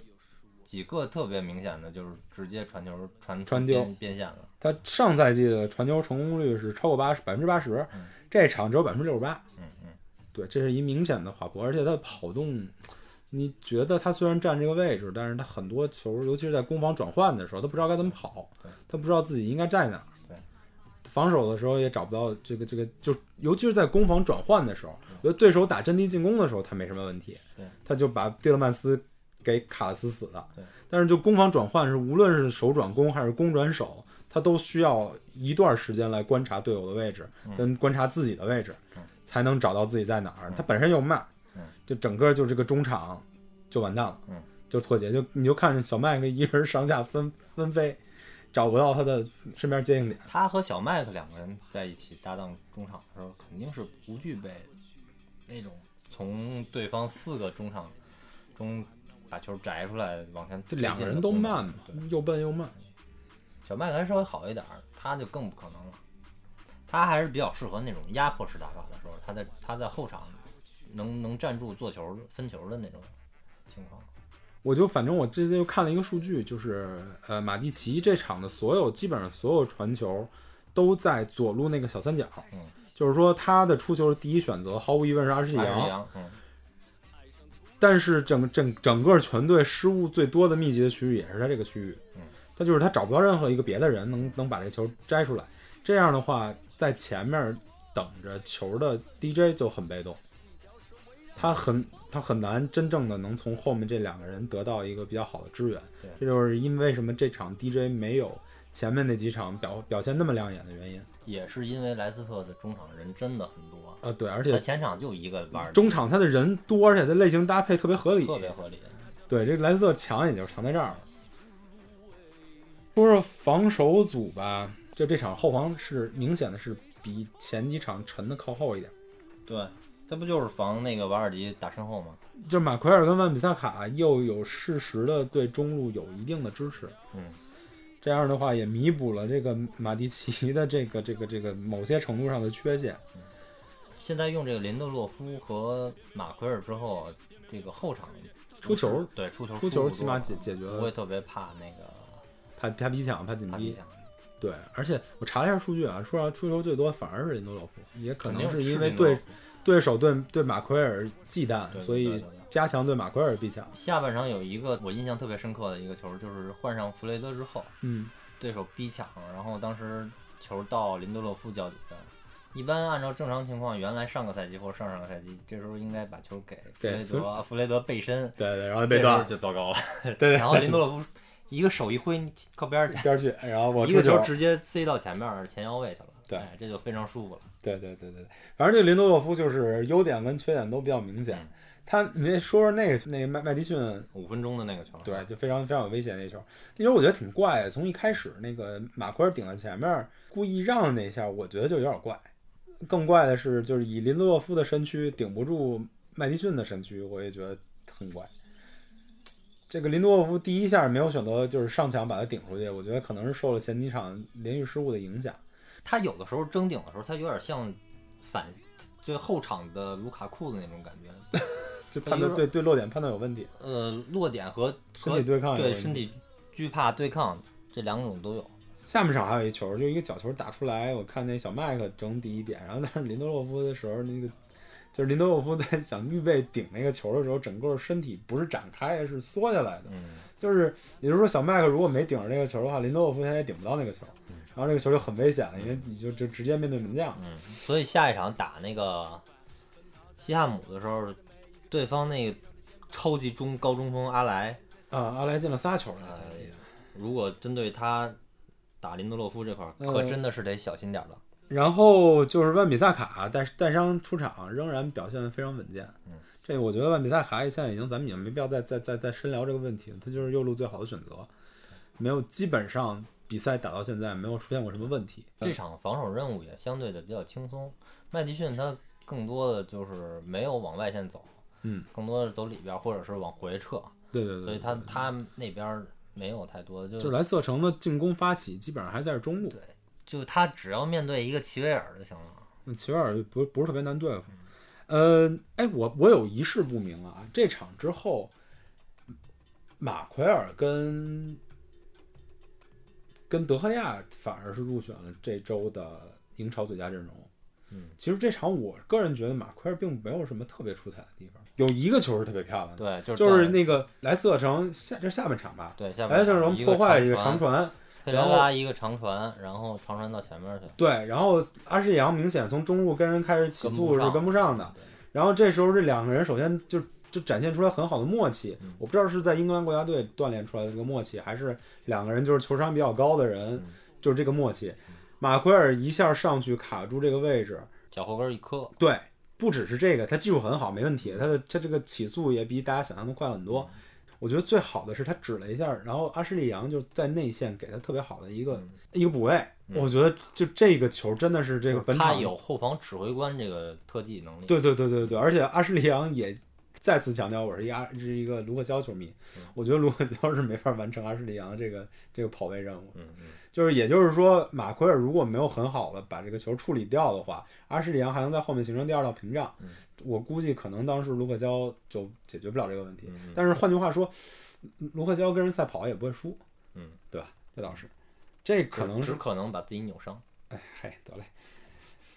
几个特别明显的，就是直接传球传传丢边边线了。他上赛季的传球成功率是超过八十百分之八十嗯，这场只有百分之六十八。嗯嗯，对，这是一明显的滑坡，而且他的跑动，你觉得他虽然占这个位置，但是他很多球，尤其是在攻防转换的时候，他不知道该怎么跑对，他不知道自己应该站哪儿对。防守的时候也找不到这个这个，就尤其是在攻防转换的时候，觉得对手打阵地进攻的时候，他没什么问题对，他就把蒂勒曼斯给卡得死死的对。但是就攻防转换是，无论是手转攻还是攻转手，他都需要一段时间来观察队友的位置嗯跟观察自己的位置，才能找到自己在哪儿。他本身又慢嗯，就整个就这个中场就完蛋了嗯，就脱节，就你就看着小麦克一人上下分 分飞，找不到他的身边接应点。他和小麦克两个人在一起搭档中场的时候，肯定是不具备那种从对方四个中场中把球摘出来往前就推进的两个人都功能慢嘛对，又笨又慢。小麦克还稍微好一点，儿，他就更不可能了。他还是比较适合那种压迫式打法的时候，他在他在后场能能站住做球分球的那种情况。我就反正我这次又看了一个数据，就是呃，马蒂奇这场的所有基本上所有传球都在左路那个小三角，嗯就是说他的出球的第一选择毫无疑问是阿什利马扬，里扬，嗯，但是整整整个全队失误最多的密集的区域也是他这个区域，嗯他就是他找不到任何一个别的人能能把这球摘出来，这样的话在前面等着球的 DJ 就很被动，他很他很难真正的能从后面这两个人得到一个比较好的支援对，这就是因为什么这场 DJ 没有前面那几场表表现那么亮眼的原因，也是因为莱斯特的中场人真的很多，呃对，而他且前场就一个玩儿中场他的人多，而且他类型搭配特别合理，特别合理。对，这莱斯特强也就强在这儿了。说说防守组吧，就这场后防是明显的是比前几场沉的靠后一点。对，他不就是防那个瓦尔迪打身后吗？就是马奎尔跟万比萨卡又有适时的对中路有一定的支持，嗯，这样的话也弥补了这个马蒂奇的这个这个这个某些程度上的缺陷。现在用这个林德洛夫和马奎尔之后，这个后场出球对出球出球速度起码多解解决不会了特别怕那个怕怕逼抢、怕紧帕逼皮。亚对，而且我查了一下数据啊，说出球最多反而是林德洛夫，也可能肯定是是因为林德洛对夫对手对对马奎尔忌惮，对对所对以对对加强对马奎尔的逼抢。下半场有一个我印象特别深刻的一个球，就是换上弗雷德之后，嗯，对手逼抢，然后当时球到林德洛夫脚底下。一般按照正常情况，原来上个赛季或上上个赛季，这时候应该把球给弗对雷弗德，啊弗雷德背身，对对，然后这被时候断，就糟糕了。 对对，然后林德洛夫一个手一挥靠边儿去，边儿去，然后我一出个球直接塞到前面儿前腰位去了。对哎这就非常舒服了。对对对对，反正这林德洛夫就是优点跟缺点都比较明显嗯。他，你再说说那个那个麦麦迪逊，五分钟的那个球，对，就非常非常有危险那球。那球我觉得挺怪的，从一开始那个马奎尔顶在前面，故意让那一下，我觉得就有点怪。更怪的是，就是以林德洛夫的身躯顶不住麦迪逊的身躯，我也觉得很怪。这个林德洛夫第一下没有选择就是上抢把他顶出去，我觉得可能是受了前几场连续失误的影响。他有的时候争顶的时候，他有点像反就后场的卢卡库的那种感觉，就判断有对对落点判断有问题， 呃，落点和身和体对抗有对问题身体惧怕对抗这两种都有。下半场还有一球，就一个角球打出来，我看那小麦克争第一点，然后但是林德洛夫的时候，那个就是林德洛夫在想预备顶那个球的时候，整个身体不是展开，是缩下来的。嗯，就是也就是说，小麦克如果没顶着那个球的话，林德洛夫他也顶不到那个球，然后这个球就很危险了，因为你就就直接面对门将。嗯，所以下一场打那个西汉姆的时候，对方那个超级中高中锋阿莱，啊，阿莱进了仨球了，才如果针对他打林德洛夫这块儿，嗯可真的是得小心点儿了。然后就是万比萨卡带带伤出场，仍然表现非常稳健。嗯，这我觉得万比萨卡现在已经咱们已经没必要再再再再深聊这个问题了，他就是右路最好的选择，没有基本上比赛打到现在没有出现过什么问题。这场防守任务也相对的比较轻松，麦迪逊他更多的就是没有往外线走，嗯，更多的是走里边儿或者是往回撤，对对对，所以他他那边儿没有太多就莱斯特城的进攻发起基本上还在是中路对，就他只要面对一个齐维尔就行了。那齐维尔不不是特别难对付。呃，哎，我我有一事不明啊，这场之后，马奎尔跟跟德赫亚反而是入选了这周的英超最佳阵容。嗯，其实这场我个人觉得马奎尔并没有什么特别出彩的地方，有一个球是特别漂亮的，对，就是就是在那个莱斯特城下这是下半场吧，对下莱斯边特城破坏了一个长长，传，佩然雷后拉一个长传，然后长传到前面去，对，然后阿什利扬明显从中路跟人开始起跟速不是上跟不上的，然后这时候这两个人首先就就展现出来很好的默契，嗯我不知道是在英格兰国家队锻炼出来的这个默契，还是两个人就是球商比较高的人，嗯就是这个默契。马奎尔一下上去卡住这个位置，脚后跟一磕，对，不只是这个，他技术很好，没问题，他的他这个起速也比大家想象的快很嗯多。我觉得最好的是他指了一下，然后阿什利杨就在内线给他特别好的一个、嗯一个补位。我觉得就这个球真的是这个本他场有后防指挥官这个特技能力。对对对对对，而且阿什利杨也再次强调，我是一个阿是一个卢克肖球迷，嗯我觉得卢克肖是没法完成阿什利杨这个这个跑位任务。嗯嗯，就是也就是说，马奎尔如果没有很好的把这个球处理掉的话，阿什利杨还能在后面形成第二道屏障。嗯我估计可能当时卢克肖就解决不了这个问题。嗯嗯但是换句话说，卢克肖跟人赛跑也不会输，嗯，对吧？这倒是，这可能是只可能把自己扭伤。哎嗨，得嘞，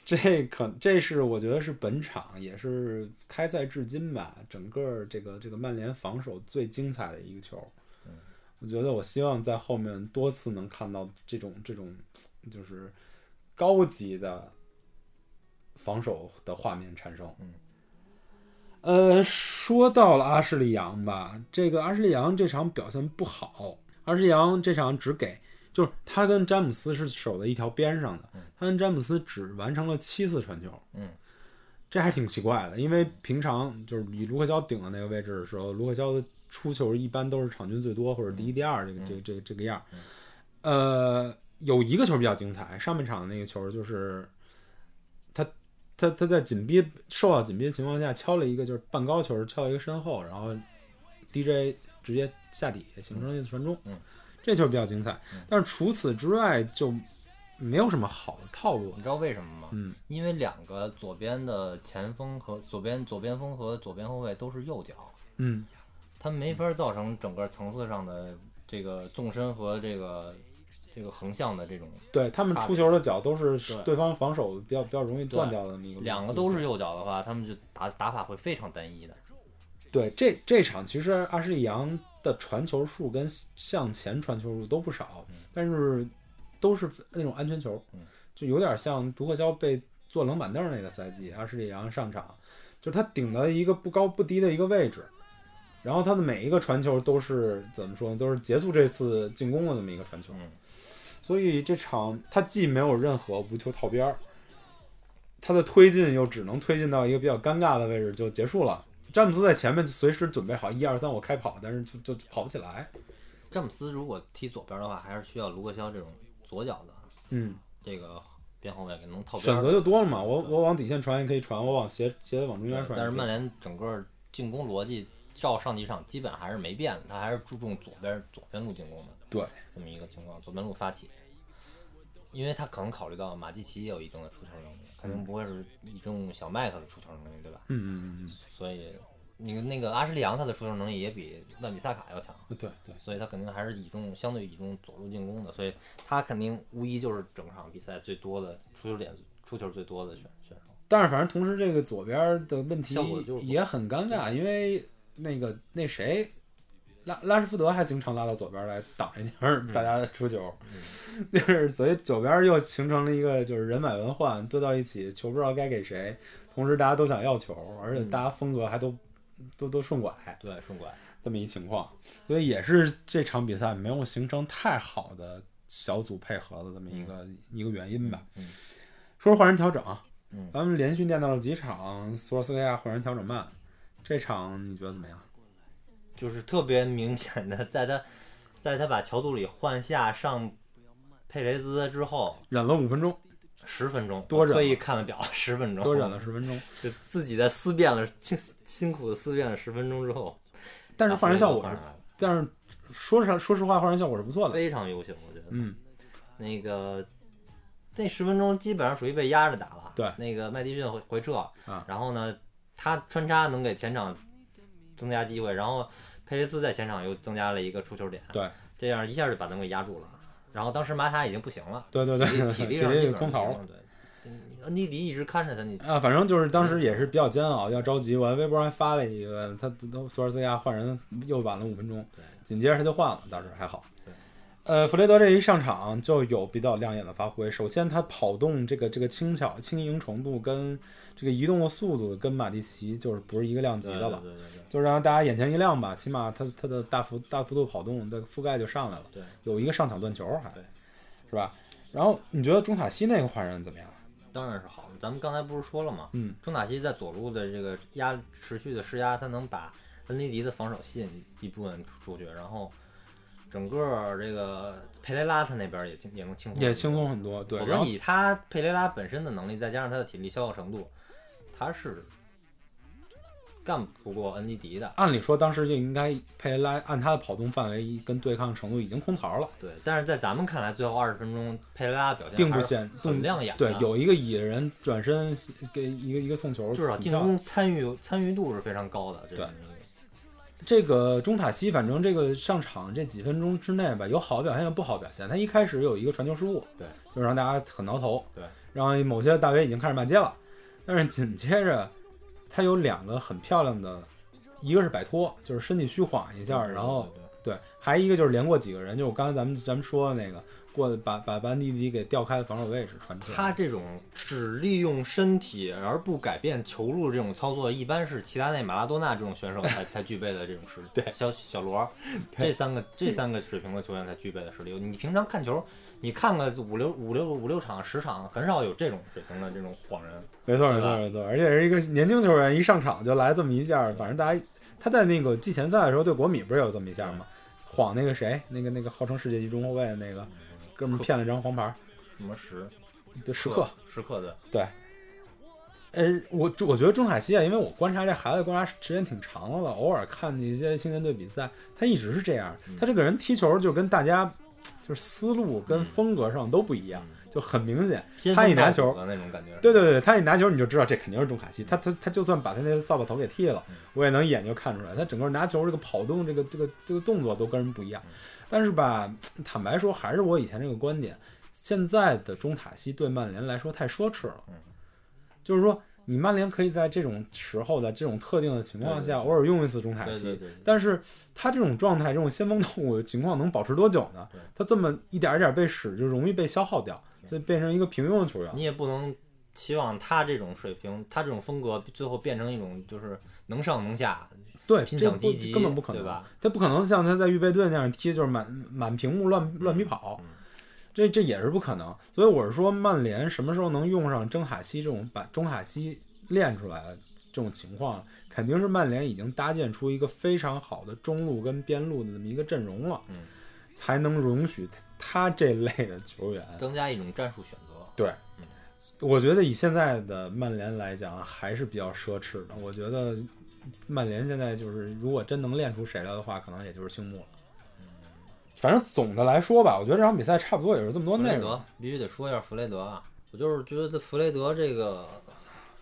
这可这是我觉得是本场也是开赛至今吧，整个这个这个曼联防守最精彩的一个球。我觉得我希望在后面多次能看到这种这种就是高级的防守的画面产生。嗯呃，说到了阿什利杨吧，这个阿什利杨这场表现不好，阿什利杨这场只给就是他跟詹姆斯是守在一条边上的，他跟詹姆斯只完成了七次传球，嗯，这还挺奇怪的，因为平常就是以卢克肖顶的那个位置的时候，卢克肖的出球一般都是场均最多或者第一、第二这个、这个、这个、这个样儿，呃，有一个球比较精彩，上半场那个球就是他他他在紧逼受到紧逼的情况下敲了一个就是半高球，敲了一个身后，然后 DJ 直接下底形成了一次传中，嗯这球比较精彩。但是除此之外就没有什么好的套路你。知道为什么吗？嗯，因为两个左边的前锋和左边左边锋和左边后卫都是右脚，嗯，他没法造成整个层次上的这个纵深和这个这个横向的这种。对他们差别出球的脚都是对对方防守比较比较容易断对掉的那么一个路线，两个都是右脚的话，他们就打打法会非常单一的。对，这这场其实阿什利杨的传球数跟向前传球数都不少，但是都是那种安全球嗯，就有点像卢克肖被坐冷板凳那个赛季，阿什利杨上场，就是他顶到一个不高不低的一个位置，然后他的每一个传球都是怎么说呢，都是结束这次进攻的那么一个传球，嗯所以这场他既没有任何无球套边儿，他的推进又只能推进到一个比较尴尬的位置就结束了。詹姆斯在前面随时准备好一二三我开跑，但是就就就跑不起来。詹姆斯如果踢左边的话，还是需要卢克肖这种左脚的嗯，这个边后卫给能套边选儿。择就多了嘛，我我往底线传也可以传，我往斜斜往中对间传也可以传。但是曼联整个进攻逻辑照上几场基本还是没变的，他还是注重左边左边路进攻的。对，嗯这么一个情况，左边路发起，因为他可能考虑到马蒂奇也有一定的出球能力，肯定不会是倚重小麦克的出球能力，对吧？嗯嗯嗯所以你那个阿什利杨他的出球能力也比万比萨卡要强，嗯，对对，所以他肯定还是倚重相对倚重左路进攻的，所以他肯定无疑就是整场比赛最多的出球点出球最多的选选手。但是反正同时这个左边的问题效果就是不好也很尴尬，因为那个那谁拉拉什福德还经常拉到左边来挡一下嗯大家的出球，就是所以左边又形成了一个就是人满为患，堆到一起，球不知道该给谁，同时大家都想要球，而且大家风格还都、都都顺拐对，顺拐。这么一情况，所以也是这场比赛没有形成太好的小组配合的这么一个、一个原因吧。嗯说说换人调整啊，嗯咱们连续念到了几场索尔斯克亚换人调整慢，这场你觉得怎么样？就是特别明显的，在他在他把乔杜里换下上佩雷兹之后，忍了五分钟，十分钟，多我忍特了意看了表，十分钟，多忍了十分钟，就自己在思辨了辛辛苦的思辨了十分钟之后，但是换人效果把是弗雷，泽但是说实说实话，换人效果是不错换上来的。非常优秀，我觉得。嗯，那个那十分钟基本上属于被压着打了。对那个麦迪逊回回撤，啊然后呢，他穿插能给前场增加机会，然后佩雷斯在前场又增加了一个出球点，对，这样一下就把他们给压住了。然后当时马塔已经不行 了，对对体力对，体体力上基力本上空槽不了行了对，嗯恩迪迪一直看着他，你啊，反正就是当嗯时也是比较煎熬，要着急。我在微博上还发了一个，他都索尔斯克亚换人又晚了五分钟对，紧接着他就换了，倒是还好对。呃，弗雷德这一上场就有比较亮眼的发挥。首先，他跑动这个这个轻巧、轻盈程度跟这个移动的速度跟马蒂奇就是不是一个量级对的对了，对对对就让大家眼前一亮吧。起码他他的大幅大幅度跑动的覆盖就上来了，对，有一个上抢断球还对，是吧？然后你觉得中塔西那个换人怎么样？当然是好的。咱们刚才不是说了吗？嗯，中塔西在左路的这个压持续的施压，他能把恩里迪的防守吸引一部分出去，然后整个这个佩雷拉他那边也轻也能轻松也轻。松很多。对，我然们后以他佩雷拉本身的能力，再加上他的体力消耗程度，他是干不过恩里迪的。按理说当时就应该佩雷拉按他的跑动范围跟对抗程度已经空槽了，对，但是在咱们看来，最后二十分钟佩雷拉的表现并不还是显很亮眼的啊对，有一个野人转身给一个一个送球，至少进攻参与参与度是非常高的。这对个人这个中塔西，反正这个上场这几分钟之内吧，有好表现，有不好表现。他一开始有一个传球失误，对，就让大家很挠头，对，让某些大 V 已经开始骂街了。但是紧接着，他有两个很漂亮的，一个是摆脱，就是身体虚晃一下，然后嗯对对对对，还一个就是连过几个人，就是我刚才咱们咱们说的那个过把把班蒂迪给调开的防守位置传出来，他这种只利用身体而不改变球路这种操作，一般是齐达内、马拉多纳这种选手才才具备的这种实力。对，小小罗儿这三个这三个水平的球员才具备的实力。你平常看球，你看个五六五六五六场十场，很少有这种水平的这种晃人。没错没对吧错没错，而且是一个年轻球员，一上场就来这么一下，反正大家他在那个季前赛的时候对国米不是有这么一下吗？晃那个谁，那个那个号称世界级中后卫的那个哥们儿骗了张黄牌，什么时就时刻。时刻的，呃，我我觉得中塔西啊，因为我观察这孩子观察时间挺长了，偶尔看一些青年队比赛，他一直是这样。他这个人踢球就跟大家就是思路跟风格上都不一样，就很明显。先他一锋拿到球底的那种感觉。对对对，他一拿球你就知道这肯定是中卡西，他他他就算把他那扫把头给剃了，嗯我也能一眼就看出来，他整个拿球这个跑动这个这个这个动作都跟人不一嗯样。但是吧，坦白说，还是我以前这个观点，现在的中塔西对曼联来说太奢侈了。嗯就是说，你曼联可以在这种时候的这种特定的情况下，对对偶尔用一次中塔西对对对对，但是他这种状态、这种先锋动物情况能保持多久呢？他这么一点一点被使，就容易被消耗掉，就变成一个平庸的球员。你也不能期望他这种水平，他这种风格最后变成一种就是能上能下。对，拼这抢不积极根本不可能，对吧？他不可能像他在预备队那样踢，就是满满屏幕嗯乱乱逼跑，这这也是不可能。所以我是说，曼联什么时候能用上中卡西这种把中卡西练出来的这种情况，肯定是曼联已经搭建出一个非常好的中路跟边路的这么一个阵容了，嗯才能容许他这类的球员。增加一种战术选择。对，我觉得以现在的曼联来讲，还是比较奢侈的。我觉得曼联现在就是，如果真能练出谁来的话，可能也就是青木了。反正总的来说吧，我觉得这场比赛差不多也是这么多弗内雷容德。必须得说一下弗雷德啊，我就是觉得弗雷德这个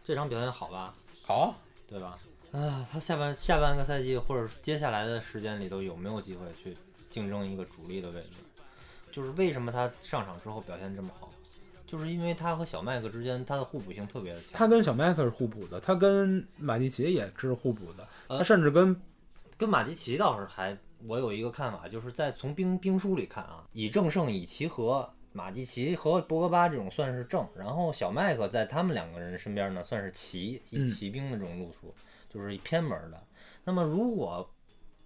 这场表现好吧，好，对吧？啊，他下半下半个赛季或者是接下来的时间里头有没有机会去竞争一个主力的位置？就是为什么他上场之后表现这么好，就是因为他和小麦克之间他的互补性特别的强。他跟小麦克是互补的，他跟马蒂奇也是互补的，呃他甚至跟跟马蒂奇倒是还，我有一个看法，就是在从兵兵书里看啊，以正胜以奇和，马蒂奇和博格巴这种算是正，然后小麦克在他们两个人身边呢算是骑，以嗯骑兵的这种路数，就是偏门的。那么如果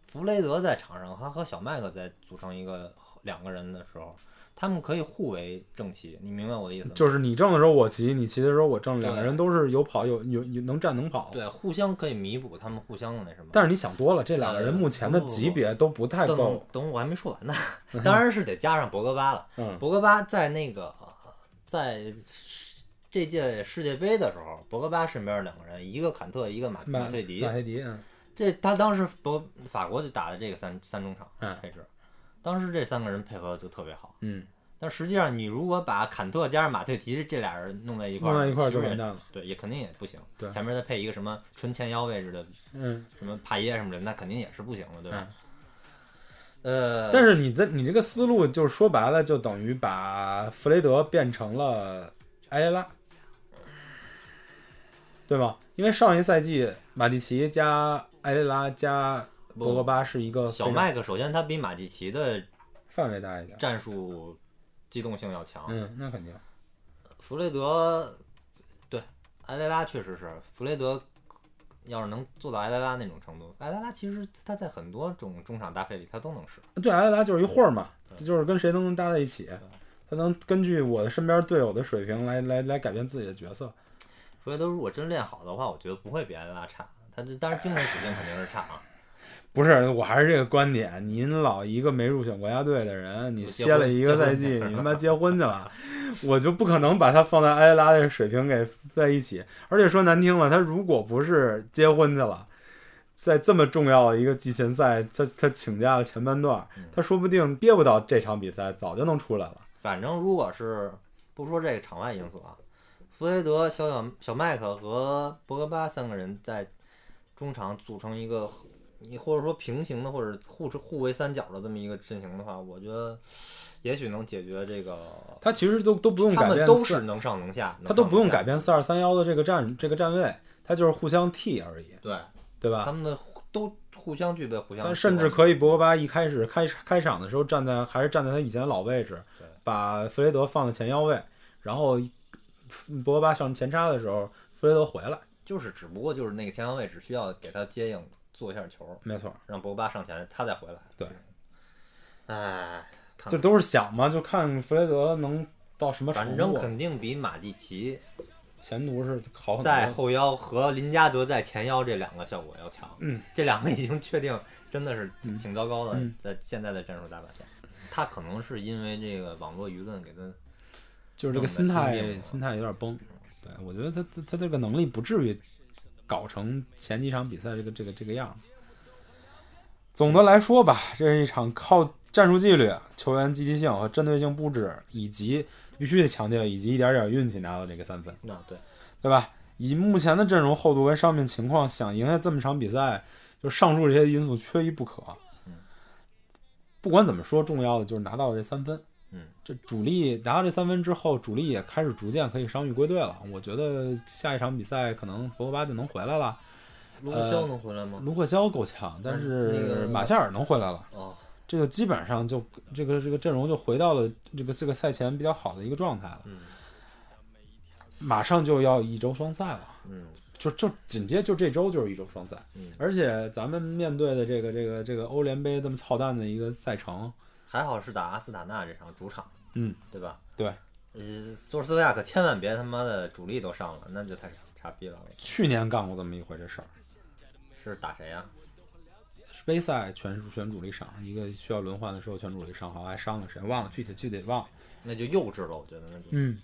弗雷德在场上，他和小麦克在组成一个两个人的时候，他们可以互为正骑，你明白我的意思吗？就是你挣的时候我骑，你骑的时候我挣，两个对人都是有跑有有有能站能跑。对，互相可以弥补他们互相的那什么。但是你想多了，这两个人呃目前的不不不级别都不太等够。等，我还没说完呢。当然是得加上博格巴了。嗯博格巴在那个在这届世界杯的时候，博格巴身边两个人，一个坎特，一个马马马特迪马。泰迪，嗯这他当时博法国就打的这个三三中场嗯配置，当时这三个人配合就特别好。嗯，但实际上，你如果把坎特加上马特迪这俩人弄在一块儿，弄在一块儿就其实完也蛋了。对，也肯定也不行。对前面再配一个什么纯前腰位置的嗯。什么帕耶什么的，那肯定也是不行的，对吧？呃，嗯但是你这你这个思路，就是说白了，就等于把弗雷德变成了埃雷拉，对吗？因为上一赛季马蒂奇加埃雷拉加博格巴是一个小非常麦克首先他比马蒂奇的范围大一点，战术机动性要强。嗯，那肯定。弗雷德对埃雷拉确实是弗雷德，要是能做到埃雷拉那种程度，埃雷拉其实他在很多种中场搭配里他都能使。嗯对，埃雷拉就是一混儿嘛，就是跟谁都能搭在一起。他能根据我的身边队友的水平来来来改变自己的角色。弗雷德如果真练好的话，我觉得不会比埃拉差。他这当然精神属性肯定是差啊，不是，我还是这个观点。您老一个没入选国家队的人，你我结歇了婚一结个婚赛去季，了你他妈结婚去了， 我就不可能把他放在埃拉的水平给在一起。而且说难听了，他如果不是结婚去了，在这么重要的一个季前赛，他他请假了前半段嗯，他说不定憋不到这场比赛，早就能出来了。反正如果是不说这个场外因素啊，弗雷德、小小小麦克和博格巴三个人在中场组成一个，你或者说平行的，或者互持互为三角的这么一个阵型的话，我觉得也许能解决这个。他其实都都不用他改变们都四是能上能下，他都不用改变。变四二三幺的这个站这个站位，他就是互相替而已，对，对吧？他们的互都互相具备互相喜欢，但啊甚至可以，博格巴一开始开开场的时候站在还是站在他以前的老位置对，把弗雷德放在前腰位，然后嗯博格巴上前插的时候，弗雷德回来，就是只不过就是那个前腰位只需要给他接应做一下球，没错，让博格巴上前，他再回来。对，哎，看这都是想嘛，就看弗雷德能到什么程反度正，肯定比马蒂奇前途是好很在多。后腰和林加德在前腰这两个效果要强。嗯，这两个已经确定真的是挺挺糟糕的，嗯在现在的战术打法下，他可能是因为这个网络舆论给他就是这个弄得心心病态了心态有点崩，对我觉得他他他这个能力不至于搞成前几场比赛这个这个这个样子。总的来说吧，这是一场靠战术纪律、球员积极性和针对性布置，以及必须得强调，以及一点点运气拿到这个三分，那啊对。对吧？以目前的阵容厚度跟伤病情况，想赢下这么场比赛，就上述这些因素缺一不可嗯。不管怎么说，重要的就是拿到了这三分。嗯，这主力拿到这三分之后，主力也开始逐渐可以伤愈归队了。我觉得下一场比赛可能博格巴就能回来了，卢克肖能回来吗？卢克肖够呛，但那是个马夏尔能回来了，哦，这就基本上就这个这个阵容就回到了这个这个赛前比较好的一个状态了。嗯马上就要一周双赛了。嗯，就就紧接就这周就是一周双赛，嗯而且咱们面对的这个这个这个欧联杯这么操蛋的一个赛程，还好是打阿斯塔纳这场主场，嗯，对对吧？对，呃，索尔斯克亚可千万别他妈的主力都上了，那就太傻逼了。去年干过这么一回这事儿，是打谁啊呀、是杯赛全全主力上，一个需要轮换的时候全主力上，好像还伤了谁忘了，具体具体忘了。那就幼稚了，我觉得那就。嗯，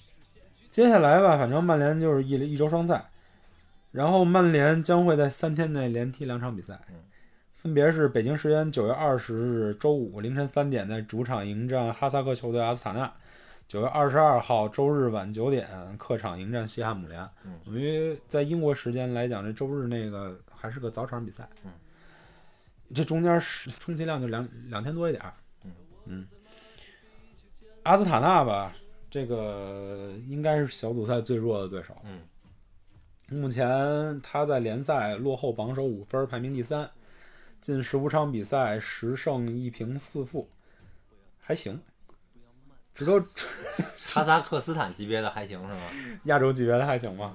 接下来吧，反正曼联就是一一周双赛，然后曼联将会在三天内连踢两场比赛嗯，分别是北京时间九月二十日周五凌晨三点在主场迎战哈萨克球队阿斯塔纳，九月二十二号周日晚九点客场迎战西汉姆联嗯。因为在英国时间来讲，这周日那个还是个早场比赛，嗯这中间是充其量就两两天多一点儿嗯。嗯，阿斯塔纳吧，这个应该是小组赛最弱的对手。嗯，目前他在联赛落后榜首五分，排名第三，近十五场比赛十胜一平四负，还行，值得哈萨克斯坦级别的还行是吗？亚洲级别的还行吧。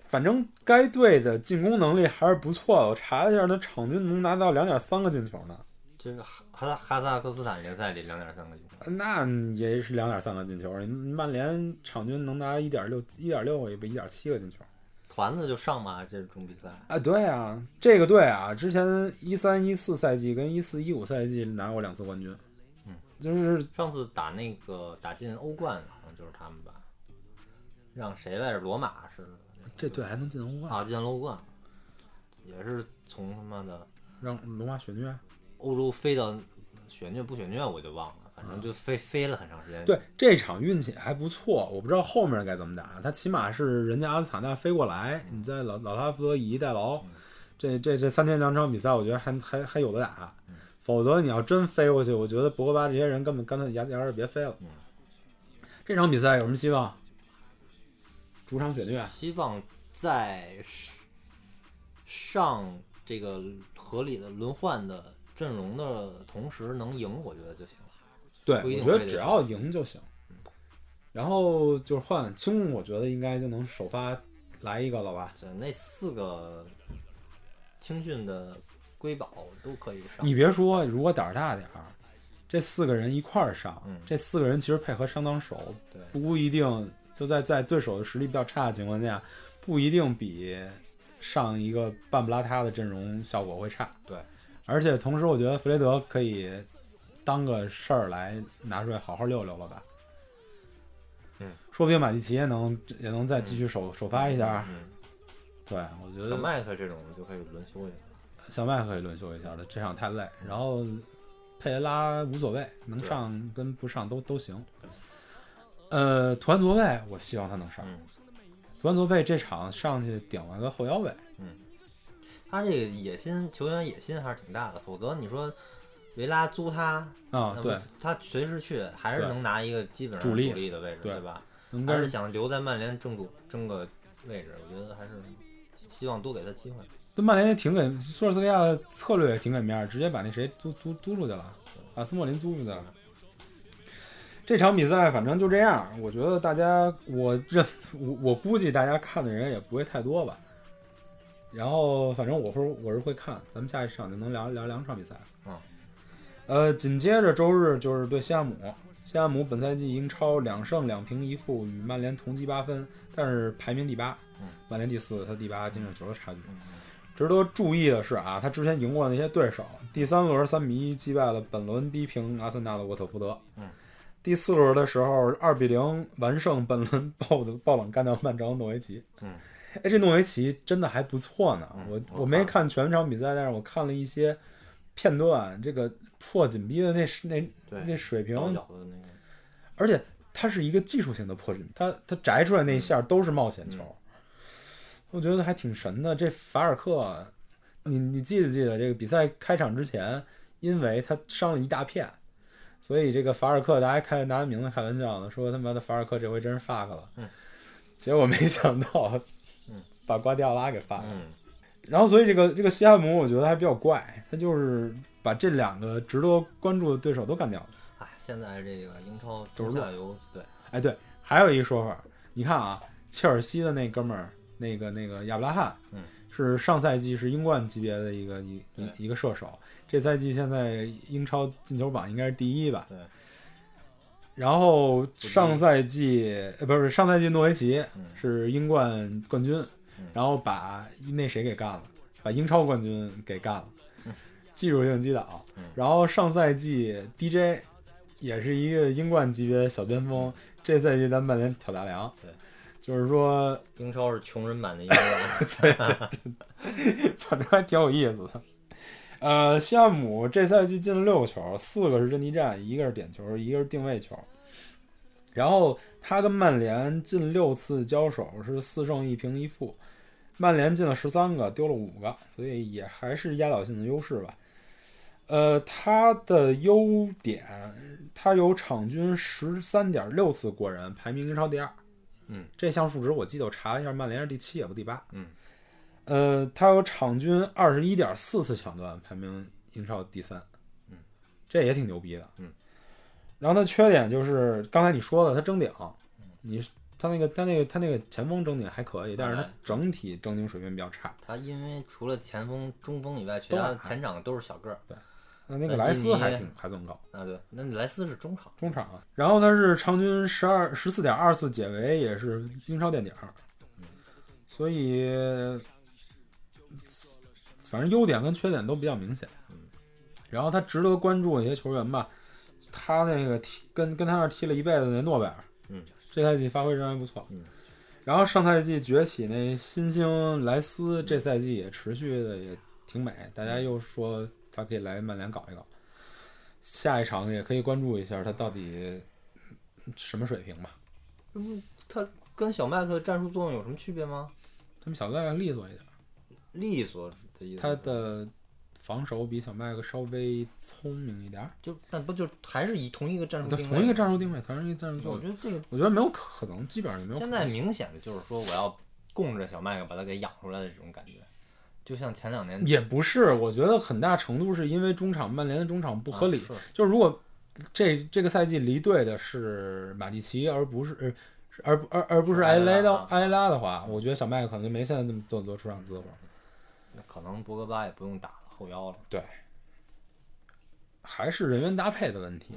反正该队的进攻能力还是不错的，我查了一下，他场均能拿到两点三个进球呢，这个哈哈哈萨克斯坦联赛里两点三个进球，那也是两点三个进球。曼联场均能拿一点六、一点六也不一点七个进球。团子就上吧这种比赛。啊，对啊，这个队啊，之前一三一四赛季跟一四一五赛季拿过两次冠军，嗯，就是上次打那个打进欧冠好像就是他们吧，让谁来着？罗马是这队还能进欧冠，啊，进了欧冠，也是从他妈的。让龙马啊血虐。欧洲飞到选虐不选虐我就忘了，反正就飞、飞了很长时间。对，这场运气还不错，我不知道后面该怎么打。他起码是人家阿斯塔纳飞过来，你在老老拉福德以逸待嗯劳，这这这三天两场比赛，我觉得还还还有的打。嗯否则你要真飞过去，我觉得博格巴这些人根本干脆牙牙是别飞了嗯。这场比赛有什么希望？主场啊血虐，希望在上这个合理的轮换的阵容的同时能赢，我觉得就行了。对，不一我定觉得非得只是嗯要赢就行。然后就是换青木，我觉得应该就能首发来一个了吧？这那四个青训的瑰宝都可以上嗯你，别说，如果胆儿大点儿，这四个人一块儿上嗯，这四个人其实配合相当熟，对不一定就在在对手的实力比较差的情况下，不一定比上一个半不拉塌的阵容效果会差。对，而且同时我觉得弗雷德可以当个事儿来拿出来好好溜溜了吧。嗯，说不定马蒂奇也能也能再继续首、首发一下。嗯，对，我觉得小麦克这种就可以轮休息，小麦可以轮休一下的，这场太累。然后佩雷拉无所谓，能上跟不上都都行。呃，图安佐贝，我希望他能上。嗯，图安佐贝这场上去顶了个后腰位，他这个野心，球员野心还是挺大的，否则你说维拉租他，啊，那对么，他随时去还是对能拿一个基本上主主力力的位置，对对吧？能还是跟想留在曼联争主争个位置，我觉得还是希望多给他机会。跟曼联也挺给索尔斯克亚策略也挺给面儿，直接把那谁租租租出去了，把斯莫林租出去了。这场比赛反正就这样，我觉得大家，我认我我估计大家看的人也不会太多吧。然后反正我会我是会看，咱们下一场就能聊聊两场比赛。嗯，呃，紧接着周日就是对西汉姆，西汉姆本赛季英超两胜两平一负，与曼联同积八分，但是排名第八嗯，曼联第四，他第八，净胜球的差距嗯。值得注意的是啊，他之前赢过的那些对手，第三轮三比一击败了本轮逼平阿森纳的沃特福德，嗯第四轮的时候，二比零完胜本轮爆的爆冷干掉曼城诺维奇。嗯，哎，这诺维奇真的还不错呢。嗯我我我没看看全场比赛，但是我看了一些片段。这个破紧逼的那是那对那水倒平，脚的那个，而且他是一个技术性的破紧，他他摘出来那一下都是冒险球，嗯我觉得还挺神的。这法尔克，你你记不记得这个比赛开场之前，因为他伤了一大片，所以这个法尔克大家开拿他名字开玩笑呢，说他妈的法尔克这回真是 fuck 了。嗯结果没想到，嗯把瓜迪奥拉给 fuck 了。嗯，然后所以这个这个西汉姆我觉得还比较怪，他就是把这两个值得关注的对手都干掉了。哎，现在这个英超都是中下游，对，哎，对，还有一个说法，你看啊，切尔西的那哥们儿，那个那个亚布拉罕，嗯，是上赛季是英冠级别的一个一对一一个射手，这赛季现在英超进球榜应该是第一吧？对。然后上赛季呃不是上赛季诺维奇嗯是英冠冠军，嗯然后把那谁给干了，把英超冠军给干了，技术性击倒嗯。然后上赛季 DJ 也是一个英冠级别小巅峰，这赛季咱曼联挑大梁。嗯对，就是说英超是穷人版的英超， 反正还挺有意思的。呃，西汉姆这赛季进了六个球，四个是阵地战，一个是点球，一个是定位球。然后他跟曼联进六次交手是四胜一平一负，曼联进了十三个，丢了五个，所以也还是压倒性的优势吧。呃，他的优点，他有场均十三点六次过人，排名英超第二。嗯，这项数值我记得我查了一下，曼联是第七，也不第八。嗯，呃，他有场均二十一点四次抢断，排名英超第三。嗯，这也挺牛逼的。嗯，然后他缺点就是刚才你说的，他争顶，嗯你他那个他那个他那个前锋争顶还可以，但是他哎整体争顶水平比较差。他因为除了前锋、中锋以外，其都他矮前场都是小个儿。那那个本莱基斯尼还挺还算高。啊，对，那莱斯是中场，中场啊，然后他是场均十二十四点二次解围，也是英超垫底儿，所以反正优点跟缺点都比较明显。然后他值得关注的一些球员吧，他那个踢跟跟他那儿踢了一辈子那诺贝尔，嗯，这赛季发挥仍然不错，嗯。然后上赛季崛起那新星莱斯，这赛季也持续的也挺美，大嗯家又说他可以来曼联搞一搞。下一场也可以关注一下他到底什么水平吧。他跟小麦克的战术作用有什么区别吗？他们小麦克利索一点，利索的意思，他的防守比小麦克稍微聪明一点儿，就但不就还是以同一个战术对定位，同一个战术定位，同一个战术作我用觉，得这个我觉得没有可能，基本上也没有可现能。在明显的就是说，我要供着小麦克把他给养出来的这种感觉，就像前两年也不是，我觉得很大程度是因为中场曼联的中场不不合理，就是如果这这个赛季离队的是马蒂奇，而不是呃是而不而而不是埃雷到埃拉的话，我觉得小麦克可能就没现在这么这么多出场机会。那可能博格巴也不用打了后腰了。还是人员搭配的问题。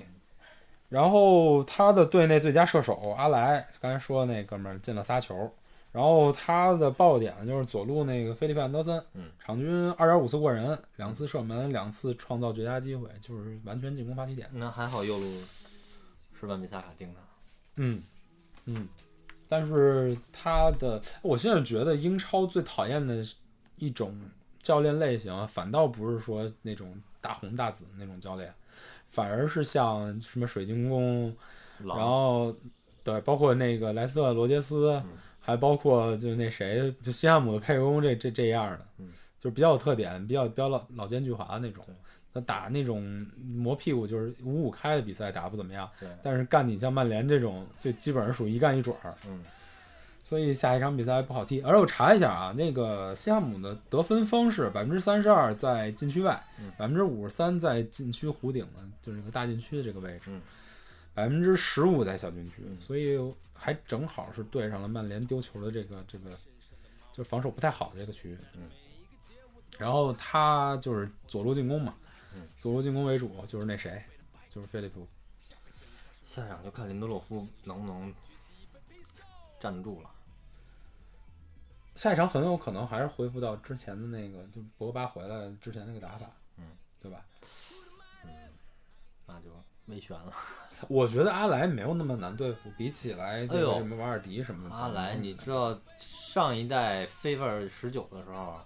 然后他的队内最佳射手阿莱，刚才说那哥们儿进了仨球，然后他的爆点就是左路那个菲利佩安德森，嗯场均二点五次过人，两次射门，两次创造绝佳机会，就是完全进攻发起点。那还好右路是万比萨卡盯的，嗯，嗯，但是他的，我现在觉得英超最讨厌的一种教练类型啊，反倒不是说那种大红大紫的那种教练，反而是像什么水晶宫，狼然后对，包括那个莱斯特罗杰斯，嗯还包括就是那谁，就西汉姆的沛公这这这样的，嗯就是比较有特点，比较比较老老奸巨猾的那种他对。打那种磨屁股就是五五开的比赛打得不怎么样，对，但是干你像曼联这种，就基本上属于一干一准儿，嗯，所以下一场比赛不好踢。而且我查一下啊，那个西汉姆的得分方式百分之三十二在禁区外嗯，百分之五十三在禁区弧顶的，就是那个大禁区的这个位置嗯，百分之十五在小禁区，嗯所以还正好是对上了曼联丢球的这个这个，就是防守不太好的这个区域。嗯然后他就是左路进攻嘛嗯，左路进攻为主，就是那谁，就是菲利普下场就看林德洛夫能不能站得住了。下一场很有可能还是恢复到之前的那个，就博格巴回来之前那个打法，嗯，对吧？那就没悬了。我觉得阿莱没有那么难对付，比起来这个哎呦什么瓦尔迪什么的，阿莱，你知道上一代 Favor 十九的时候，啊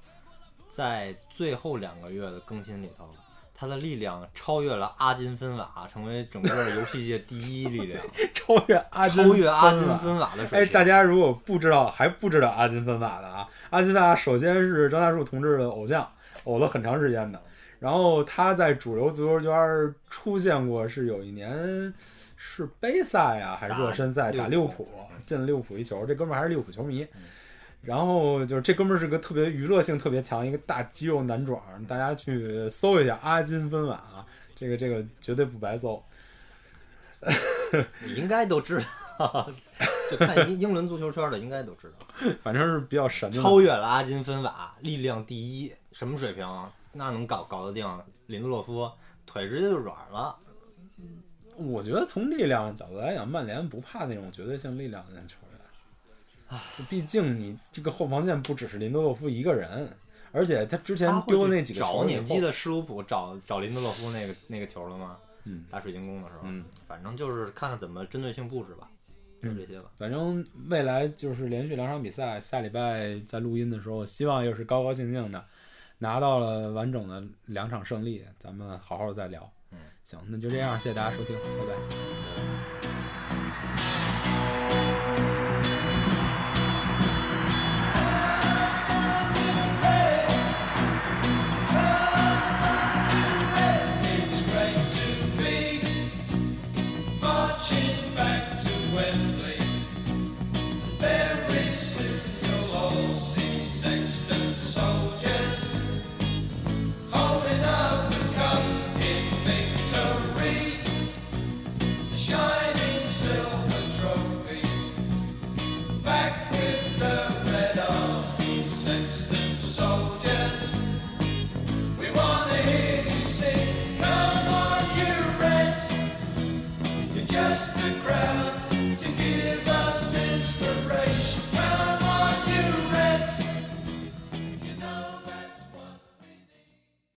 在最后两个月的更新里头，他的力量超越了阿金芬瓦，成为整个游戏界第一力量，超越 阿金，超越阿金金分瓦。芬瓦的水哎，平。大家如果不知道还不知道阿金芬瓦的啊，阿金芬瓦首先是张大树同志的偶像，偶了很长时间的。然后他在主流足球圈儿出现过，是有一年是杯赛啊还是打热身赛利物打浦嗯利物浦，进了利物浦一球，这哥们儿还是利物浦球迷。然后就是这哥们儿是个特别娱乐性特别强，一个大肌肉男壮，大家去搜一下阿金芬瓦啊，这个这个绝对不白搜。你应该都知道， 就看英英伦足球圈的应该都知道，反正是比较神的。超越了阿金芬瓦，力量第一，什么水平啊？那能搞搞得定林德洛夫？腿直接就软了，我觉得从力量角度来讲，曼联不怕那种绝对性力量的球员，啊毕竟你这个后防线不只是林德洛夫一个人，而且他之前他会丢去那几个球找以你后，记得施鲁普找找林德洛夫那个那个球了吗？嗯打水晶宫的时候，嗯，反正就是看看怎么针对性布置吧，就这些吧。反正未来就是连续两场比赛，下礼拜在录音的时候，希望又是高高兴兴的拿到了完整的两场胜利，咱们好好再聊。嗯，行，那就这样，谢谢大家收听，拜拜。拜